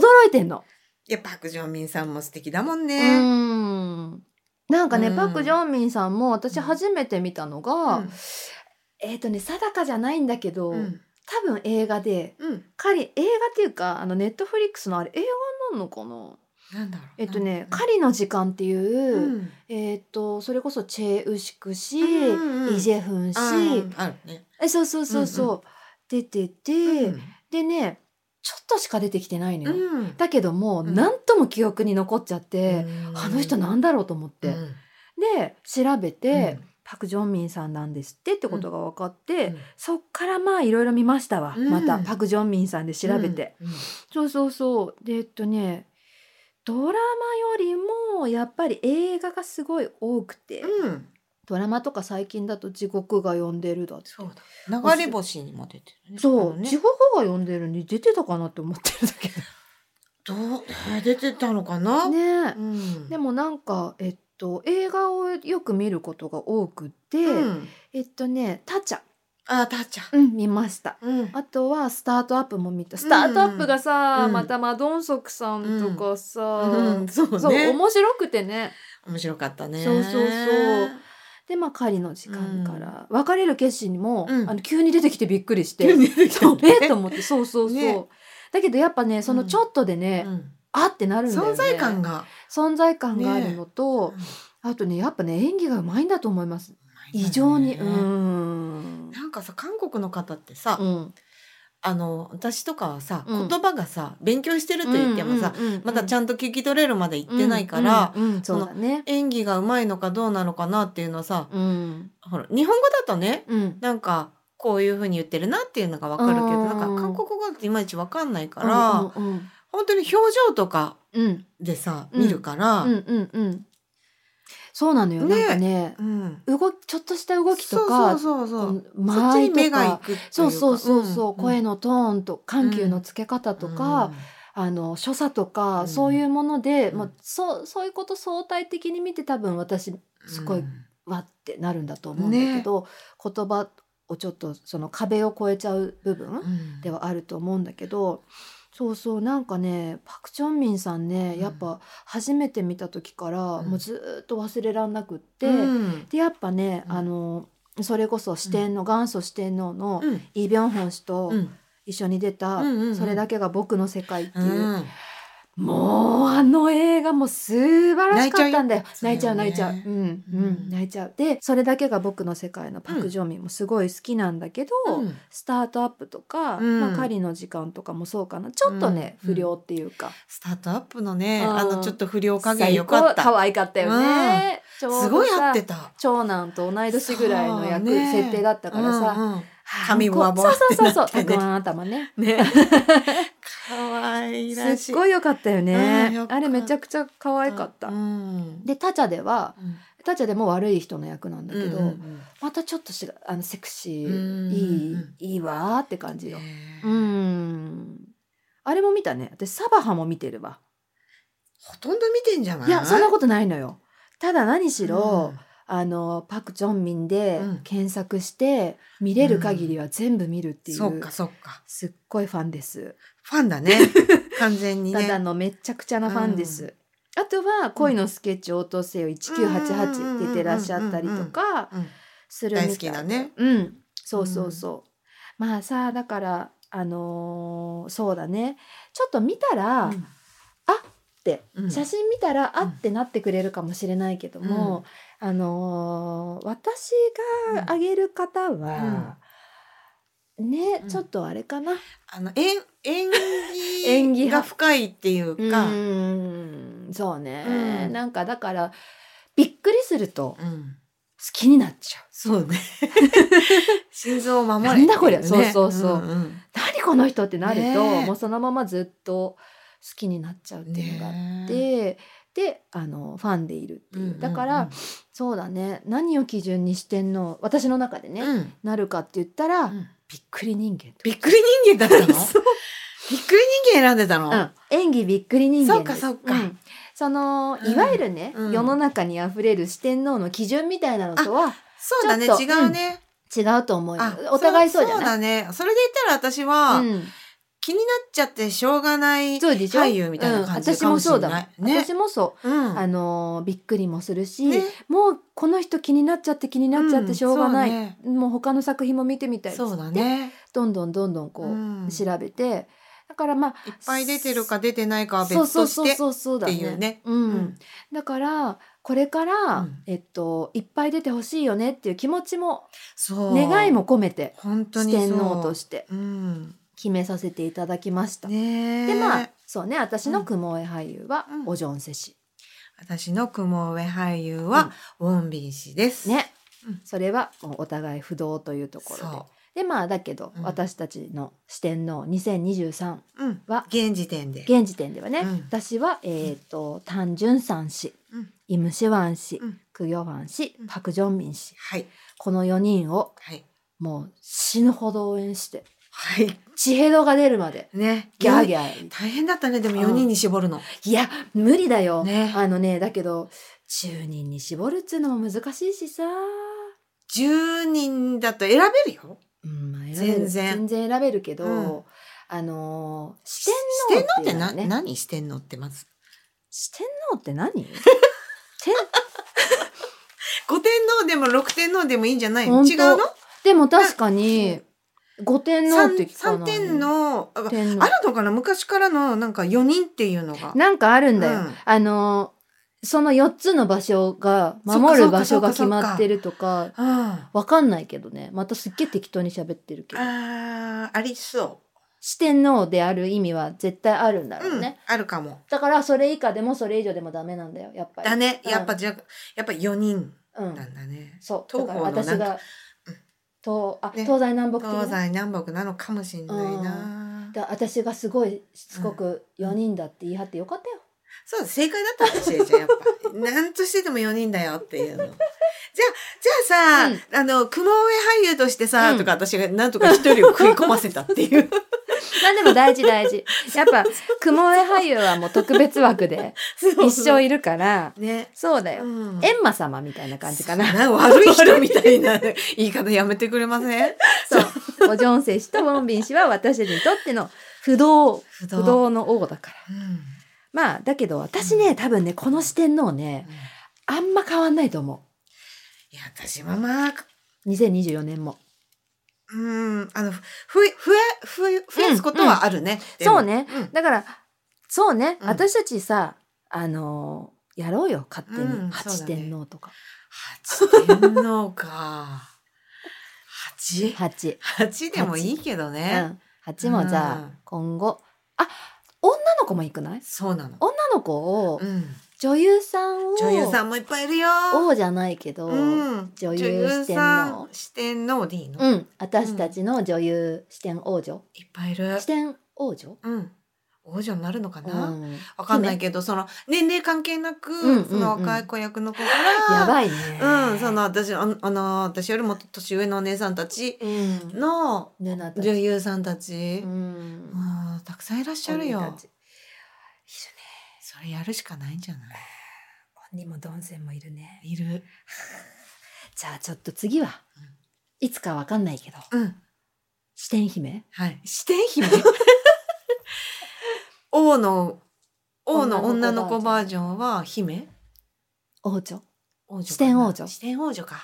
Speaker 1: 驚いてんの。
Speaker 2: いや、パク・ジョンミンさんも素敵だもん
Speaker 1: う
Speaker 2: ね。
Speaker 1: んなんかね、
Speaker 2: うん
Speaker 1: パク・ジョンミンさんも私初めて見たの
Speaker 2: う
Speaker 1: が、
Speaker 2: ん
Speaker 1: えっ、とね定かじゃないんだけど、
Speaker 2: うん
Speaker 1: 多分映画で
Speaker 2: うん。
Speaker 1: 彼映画っていうかあのネットフリックスのあれ映画なのかな
Speaker 2: なんだろう。
Speaker 1: えっとね「
Speaker 2: なんだろ、
Speaker 1: 狩りの時間」っていうう、
Speaker 2: うん
Speaker 1: えっとそれこそチェ・ウシク氏、
Speaker 2: うんうん
Speaker 1: イジェフン氏、
Speaker 2: あーあるね。
Speaker 1: えそうそうそうそう、
Speaker 2: うん
Speaker 1: 出てて、
Speaker 2: うん
Speaker 1: でねちょっとしか出てきてないのよ。
Speaker 2: うん
Speaker 1: だけども、
Speaker 2: うん
Speaker 1: なんとも記憶に残っちゃって、
Speaker 2: うん
Speaker 1: あの人なんだろうと思って、
Speaker 2: うん
Speaker 1: で調べて、
Speaker 2: うん
Speaker 1: パク・ジョンミンさんなんですってってことが分かって、
Speaker 2: うん
Speaker 1: そっからまあいろいろ見ましたわ、
Speaker 2: うん
Speaker 1: またパク・ジョンミンさんで調べて、、
Speaker 2: うんうん
Speaker 1: そうそうそうでえっとねドラマよりもやっぱり映画がすごい多くて、
Speaker 2: うん、
Speaker 1: ドラマとか最近だと「地獄が呼んでる」だって
Speaker 2: そうだ。流れ星にも出てるね。
Speaker 1: そ
Speaker 2: あの
Speaker 1: う、
Speaker 2: ね
Speaker 1: 地獄が呼んでるに出てたかなって思ってるだけ
Speaker 2: どうえー出てたのかな、
Speaker 1: どね
Speaker 2: う ん、
Speaker 1: でもなんかえっと映画をよく見ることが多くて、
Speaker 2: うん、
Speaker 1: えっとね「タチャ
Speaker 2: あたーちゃ
Speaker 1: う
Speaker 2: ん」、
Speaker 1: ん、見ました
Speaker 2: うん、
Speaker 1: あとは「スタートアップ」も見たスタートアップがさ、
Speaker 2: うん
Speaker 1: またマドンソクさんとかさ、
Speaker 2: うん、そうね
Speaker 1: そう面白くてね
Speaker 2: 面白かったね
Speaker 1: そうそうそうでまあ狩りの時間から、別れる決心も、
Speaker 2: うん
Speaker 1: あの急に出てきてびっくりして
Speaker 2: 急に出てきたね
Speaker 1: そう えっと思ってそうそうそう、
Speaker 2: ね
Speaker 1: だけどやっぱねそのちょっとでね、
Speaker 2: うん
Speaker 1: あってなるんだよね
Speaker 2: 存在感が
Speaker 1: 存在感があるのと、
Speaker 2: ね
Speaker 1: あとねやっぱね演技がうまいんだと思います異常にうーん
Speaker 2: なんかさ韓国の方ってさ、
Speaker 1: うん
Speaker 2: あの私とかはさ、
Speaker 1: うん
Speaker 2: 言葉がさ勉強してると言ってもさ、
Speaker 1: うんうんうん
Speaker 2: まだちゃんと聞き取れるまで
Speaker 1: う
Speaker 2: 行
Speaker 1: ん
Speaker 2: ってないから、
Speaker 1: うんうんうんそうだね
Speaker 2: 演技がうまいのかどうなのかなっていうのはさ、
Speaker 1: うん
Speaker 2: ほら日本語だとね
Speaker 1: うん
Speaker 2: なんかこういうふうに言ってるなっていうのがわかるけど
Speaker 1: うん
Speaker 2: なんか韓国語っていまいちわかんないから、
Speaker 1: うんうん
Speaker 2: 本当に表情とか
Speaker 1: うんうん
Speaker 2: でさ
Speaker 1: うん
Speaker 2: 見るから、
Speaker 1: うんうんうんそうなのよ、
Speaker 2: ね
Speaker 1: なんかね
Speaker 2: うん
Speaker 1: 動きちょっとした動きと
Speaker 2: そ
Speaker 1: か
Speaker 2: うそうそうそう、
Speaker 1: うん間
Speaker 2: そっち
Speaker 1: 合い
Speaker 2: に
Speaker 1: と
Speaker 2: 目が行
Speaker 1: か
Speaker 2: くっていうか
Speaker 1: そうそうそうそう、
Speaker 2: ん
Speaker 1: 声のトーンと緩急のつけ方とか、、あの所作とか、
Speaker 2: うん
Speaker 1: そういうもので、
Speaker 2: うん
Speaker 1: まあ、そうそういうこと相対的に見て多分私
Speaker 2: うん
Speaker 1: すごい
Speaker 2: うん
Speaker 1: わってなるんだと思うんだけど、言葉をちょっとその壁を越えちゃう部分
Speaker 2: うん
Speaker 1: ではあると思うんだけどそうそうなんかねパク・チョンミンさんねやっぱ初めて見た時から
Speaker 2: うん
Speaker 1: もうずーっと忘れらんなくって、
Speaker 2: うん
Speaker 1: でやっぱね、
Speaker 2: うん
Speaker 1: あのそれこそ四天王元祖四天王の
Speaker 2: うん
Speaker 1: イ・ビョンホン氏と
Speaker 2: うん
Speaker 1: 一緒に出た
Speaker 2: うんうんう
Speaker 1: 「
Speaker 2: ん
Speaker 1: それだけが僕の世界」っていう
Speaker 2: うん
Speaker 1: もうあの映画も素晴らしかったんだよ泣
Speaker 2: 泣
Speaker 1: い
Speaker 2: い
Speaker 1: ち
Speaker 2: ち
Speaker 1: ゃ
Speaker 2: ゃ
Speaker 1: う
Speaker 2: う
Speaker 1: 泣いちゃう、
Speaker 2: そうよね
Speaker 1: うんう
Speaker 2: うん
Speaker 1: ん泣いちゃうでそれだけが僕の世界のパク・ジョンミンもすごい好きなんだけど、
Speaker 2: うん
Speaker 1: スタートアップとか、
Speaker 2: うん
Speaker 1: まあ、狩りの時間とかもそうかなちょっとね、
Speaker 2: うん
Speaker 1: 不良っていうか
Speaker 2: スタートアップのね、
Speaker 1: うん
Speaker 2: あのちょっと不良加減
Speaker 1: 最
Speaker 2: よか
Speaker 1: 高
Speaker 2: った。
Speaker 1: 可愛かったよね、ちょうどさ
Speaker 2: すごい合ってた。
Speaker 1: 長男と同い年ぐらいの役、
Speaker 2: そうね
Speaker 1: 設定だったからさ、
Speaker 2: うんうん
Speaker 1: はあ
Speaker 2: 髪ボワボワ
Speaker 1: そうそうそうそ
Speaker 2: っ
Speaker 1: う
Speaker 2: てなってね
Speaker 1: たくまん頭ね
Speaker 2: ね、可愛いらしい。
Speaker 1: すっごい良かったよね、
Speaker 2: うんよかった
Speaker 1: あれめちゃくちゃ可愛かった、
Speaker 2: うん、
Speaker 1: でタチャでは
Speaker 2: うん、
Speaker 1: タチャでも悪い人の役なんだけど、
Speaker 2: うんうん
Speaker 1: またちょっとしあのセクシ
Speaker 2: うんうんう
Speaker 1: ー
Speaker 2: ん
Speaker 1: いいいいわーって感じよ、
Speaker 2: ね
Speaker 1: うんあれも見たね私サバハも見てるわ
Speaker 2: ほとんど見てんじゃない？
Speaker 1: いやそんなことないのよただ何しろ、あのパク・チョンミンで
Speaker 2: うん
Speaker 1: 検索して、見れる限りは全部見るって
Speaker 2: うん
Speaker 1: いう、
Speaker 2: そうかそうか。
Speaker 1: すっごいファンです
Speaker 2: ファンだね。 完全に
Speaker 1: ただ
Speaker 2: ね。
Speaker 1: のめちゃくちゃなファンです。
Speaker 2: うん
Speaker 1: あとは「恋のスケッチ応答せよ1988」出てらっしゃったりとか
Speaker 2: うん、
Speaker 1: するみたい
Speaker 2: 大好きだね。
Speaker 1: うんそうそうそう。まあさだからあのーそうだねちょっと見たら、
Speaker 2: う
Speaker 1: っ
Speaker 2: ん
Speaker 1: て
Speaker 2: うん
Speaker 1: 写真見たら、あ
Speaker 2: うん
Speaker 1: ってなってくれるかもしれないけども、あのー私があげる方は、ね、
Speaker 2: うん
Speaker 1: ちょっとあれかな。
Speaker 2: あの 演演
Speaker 1: 演技
Speaker 2: 技が
Speaker 1: 派
Speaker 2: 深いっていう
Speaker 1: うー
Speaker 2: か、
Speaker 1: んそうね、
Speaker 2: うん
Speaker 1: なんかだからびっくりすると好
Speaker 2: うん
Speaker 1: きになっちゃう
Speaker 2: そう ね。心臓を守れ、
Speaker 1: なんだこりゃそうそうそうん
Speaker 2: ん
Speaker 1: 何この人ってなると、
Speaker 2: ねえ
Speaker 1: もうそのままずっと好きになっちゃうっていうのがあって、
Speaker 2: ね
Speaker 1: であのファンでいるっていう、
Speaker 2: うんうんうん
Speaker 1: だからそうだね何を基準にしてんの私の中でね、
Speaker 2: うん
Speaker 1: なるかって言ったら、
Speaker 2: うん
Speaker 1: びっくり人間
Speaker 2: びっくり人間だったのび っ
Speaker 1: そ
Speaker 2: くり人間選んでたの、
Speaker 1: うん、演技びっくり人間
Speaker 2: そうかそうか
Speaker 1: んその
Speaker 2: うん
Speaker 1: いわゆるね、
Speaker 2: うん
Speaker 1: 世の中にあふれる四天王の基準みたいなのとは
Speaker 2: そうだね
Speaker 1: ちょっと
Speaker 2: 違うね、
Speaker 1: 違うと思うよ
Speaker 2: あ
Speaker 1: お互いそうじゃ
Speaker 2: そう
Speaker 1: ない
Speaker 2: だねそれで言ったら私は、
Speaker 1: うん
Speaker 2: 気になっちゃってしょうがない
Speaker 1: そうでしょ
Speaker 2: 俳優みたいな感じかもし
Speaker 1: うん私もそ
Speaker 2: れない、
Speaker 1: うだもん、
Speaker 2: ね
Speaker 1: 私もそうう、
Speaker 2: ん
Speaker 1: あのーびっくりもするし、
Speaker 2: ね
Speaker 1: もうこの人気になっちゃって気になっちゃってしょうがない、
Speaker 2: ん
Speaker 1: もう他の作品も見てみたいっつっ
Speaker 2: そ
Speaker 1: て
Speaker 2: うだね
Speaker 1: どんどんどんどんこう、
Speaker 2: うん
Speaker 1: 調べてだからまあ
Speaker 2: いっぱい出てるか出てないかは別
Speaker 1: そう
Speaker 2: と
Speaker 1: そう
Speaker 2: して
Speaker 1: そうそうそうだ
Speaker 2: っていうね
Speaker 1: うん
Speaker 2: うん
Speaker 1: だからこれから、
Speaker 2: うん
Speaker 1: えっと、いっぱい出てほしいよねっていう気持ちも
Speaker 2: そう
Speaker 1: 願いも込めて
Speaker 2: 本当
Speaker 1: 四
Speaker 2: にそう
Speaker 1: 天王として
Speaker 2: うん
Speaker 1: 決めさせていただきました。
Speaker 2: ねえ
Speaker 1: でまあそうね私の雲絵俳優は
Speaker 2: うん
Speaker 1: おじょんせし、
Speaker 2: 私の雲上俳優は、ウォンビン氏です。
Speaker 1: ね、
Speaker 2: うん
Speaker 1: それはもうお互い不動というところ
Speaker 2: そ
Speaker 1: ででまあだけど、
Speaker 2: うん
Speaker 1: 私たちの四天王2023
Speaker 2: う。うん。
Speaker 1: は
Speaker 2: 現時点で。
Speaker 1: 現時点ではね、
Speaker 2: うん
Speaker 1: 私はえっ、とタン・ジュンさん氏
Speaker 2: うん。
Speaker 1: イム・シワン氏、
Speaker 2: うん
Speaker 1: クギョファン氏
Speaker 2: うん
Speaker 1: パク・ジョンミン氏
Speaker 2: はい。
Speaker 1: この4人を
Speaker 2: はい。
Speaker 1: もう死ぬほど応援して
Speaker 2: はい。
Speaker 1: 血ヘドが出るまで
Speaker 2: ね。
Speaker 1: ギャーギャー
Speaker 2: 大変だったね。でも
Speaker 1: うん
Speaker 2: 4人に絞るの。
Speaker 1: いや無理だよ、
Speaker 2: ね。
Speaker 1: あのねだけど10人に絞るっつうのも難しいしさ
Speaker 2: 10人だと選べるよ。
Speaker 1: うんまあ選べる
Speaker 2: 全
Speaker 1: 全
Speaker 2: 然
Speaker 1: 然選べるけど、
Speaker 2: うん
Speaker 1: あのー四
Speaker 2: 四
Speaker 1: 天王
Speaker 2: っ
Speaker 1: って
Speaker 2: て
Speaker 1: いうのは
Speaker 2: な、
Speaker 1: ね
Speaker 2: 何してんのってまず。
Speaker 1: 四天王って何て
Speaker 2: 5天王でも6天王でもいいんじゃないの
Speaker 1: 本当
Speaker 2: 違うの
Speaker 1: でも確かに五天王って聞か
Speaker 2: ?3
Speaker 1: ない
Speaker 2: 天王。あ
Speaker 1: 天王
Speaker 2: あるのかな昔からのなんか4人っていうのが。
Speaker 1: なんかあるんだよ、
Speaker 2: うん
Speaker 1: あのーその4つの場所が守る場所が決まってるとか
Speaker 2: うん。あ
Speaker 1: わかんないけどねまたすっげえ適当に喋ってるけど
Speaker 2: ー、ありそ
Speaker 1: 四天王である意味は絶対あるんだ
Speaker 2: う。
Speaker 1: ろ
Speaker 2: う
Speaker 1: うんね、。
Speaker 2: あるかも。
Speaker 1: だからそれ以下でもそれ以上でもダメなんだよやっぱり
Speaker 2: だね。
Speaker 1: うん
Speaker 2: やっぱじゃ、やっぱ4人
Speaker 1: うん
Speaker 2: なんだね。
Speaker 1: そう
Speaker 2: 東
Speaker 1: だ
Speaker 2: 方
Speaker 1: から
Speaker 2: の
Speaker 1: 私
Speaker 2: なん
Speaker 1: が東あ、
Speaker 2: ね
Speaker 1: 東西南北的な
Speaker 2: 東西南北なのかもしれないな。
Speaker 1: だ私がすごいしつこく4人だって言い張ってよかったよ、
Speaker 2: そうだ正解だったかもしれないじゃんやっぱ。 なんとしてでも4人だよっていうの。じゃあ、じゃあさ、あの、雲上俳優としてさ、
Speaker 1: うん
Speaker 2: とか私がなんとか一人を食い込ませたって いう。
Speaker 1: なんでも大事大 事やっぱ雲絵俳優はもう特別枠で一生いるから
Speaker 2: ね。
Speaker 1: そうだよ、
Speaker 2: うん
Speaker 1: エンマ様みたいな感じかな
Speaker 2: な悪い人みたいな言い方やめてくれません
Speaker 1: そうおジョンセ氏とボンビン氏は私たちにとっての不動
Speaker 2: 不
Speaker 1: 不動の王だから
Speaker 2: うん
Speaker 1: まあだけど私ね多分ねこの四天王ねあんま変わんないと思
Speaker 2: いや、私はまあ、
Speaker 1: う2024年も
Speaker 2: うん、あの、ふ、ふえ、ふえ、ふえ、増やすことはあるね。でも
Speaker 1: そうね、
Speaker 2: うん
Speaker 1: だからそうね、
Speaker 2: うん
Speaker 1: 私たちさあのーやろうよ勝手
Speaker 2: う
Speaker 1: に
Speaker 2: んそう
Speaker 1: 八
Speaker 2: だね
Speaker 1: 天王とか
Speaker 2: 八天王か。八
Speaker 1: 八、
Speaker 2: 八でもいいけど
Speaker 1: う
Speaker 2: ね。
Speaker 1: ん、八もじゃあ、
Speaker 2: うん
Speaker 1: 今後あ女の子も行くない
Speaker 2: そうなの。
Speaker 1: 女の子を、
Speaker 2: うん。
Speaker 1: 女優さんを
Speaker 2: 女優さんもいっぱいいるよ。
Speaker 1: 王じゃないけど、
Speaker 2: うん。
Speaker 1: 女優四
Speaker 2: さ
Speaker 1: 天王
Speaker 2: ん四天王でいいの。
Speaker 1: うん、私たちの女優四天王女、
Speaker 2: いっぱいいる
Speaker 1: 四。天王女、
Speaker 2: うん。王女になるのか
Speaker 1: う
Speaker 2: な。
Speaker 1: ん、
Speaker 2: わかんないけど、その年齢関係なく、
Speaker 1: うんうん
Speaker 2: その若い子役の子が。
Speaker 1: やばいね
Speaker 2: うん、その私、あの、あの私よりも年上のお姉さんたち
Speaker 1: うん
Speaker 2: の
Speaker 1: ヌナたち
Speaker 2: 女優さんたち。
Speaker 1: うん
Speaker 2: うん、たくさんいらっしゃる
Speaker 1: 鬼
Speaker 2: よ
Speaker 1: たち。いるね
Speaker 2: それやるしかないんじゃない。
Speaker 1: 鬼もドンセンもいるね
Speaker 2: いる。
Speaker 1: じゃあちょっと次は、
Speaker 2: うん
Speaker 1: いつかわかんないけど
Speaker 2: うん。
Speaker 1: 四天姫
Speaker 2: はい。四天姫。王の。王の女の子バージョンは姫。
Speaker 1: 王女
Speaker 2: 王女かな。
Speaker 1: 四天王女
Speaker 2: 四天王女か。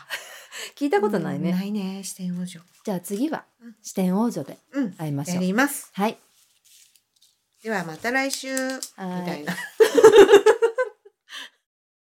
Speaker 1: 聞いたことないね、
Speaker 2: うんないね。四天王女。
Speaker 1: じゃあ次は
Speaker 2: うん
Speaker 1: 四天王女で
Speaker 2: うん。
Speaker 1: 会いまし
Speaker 2: や
Speaker 1: ょう
Speaker 2: ります。
Speaker 1: はい
Speaker 2: ではまた来週。み
Speaker 1: は
Speaker 2: た
Speaker 1: ー
Speaker 2: い
Speaker 1: い
Speaker 2: な。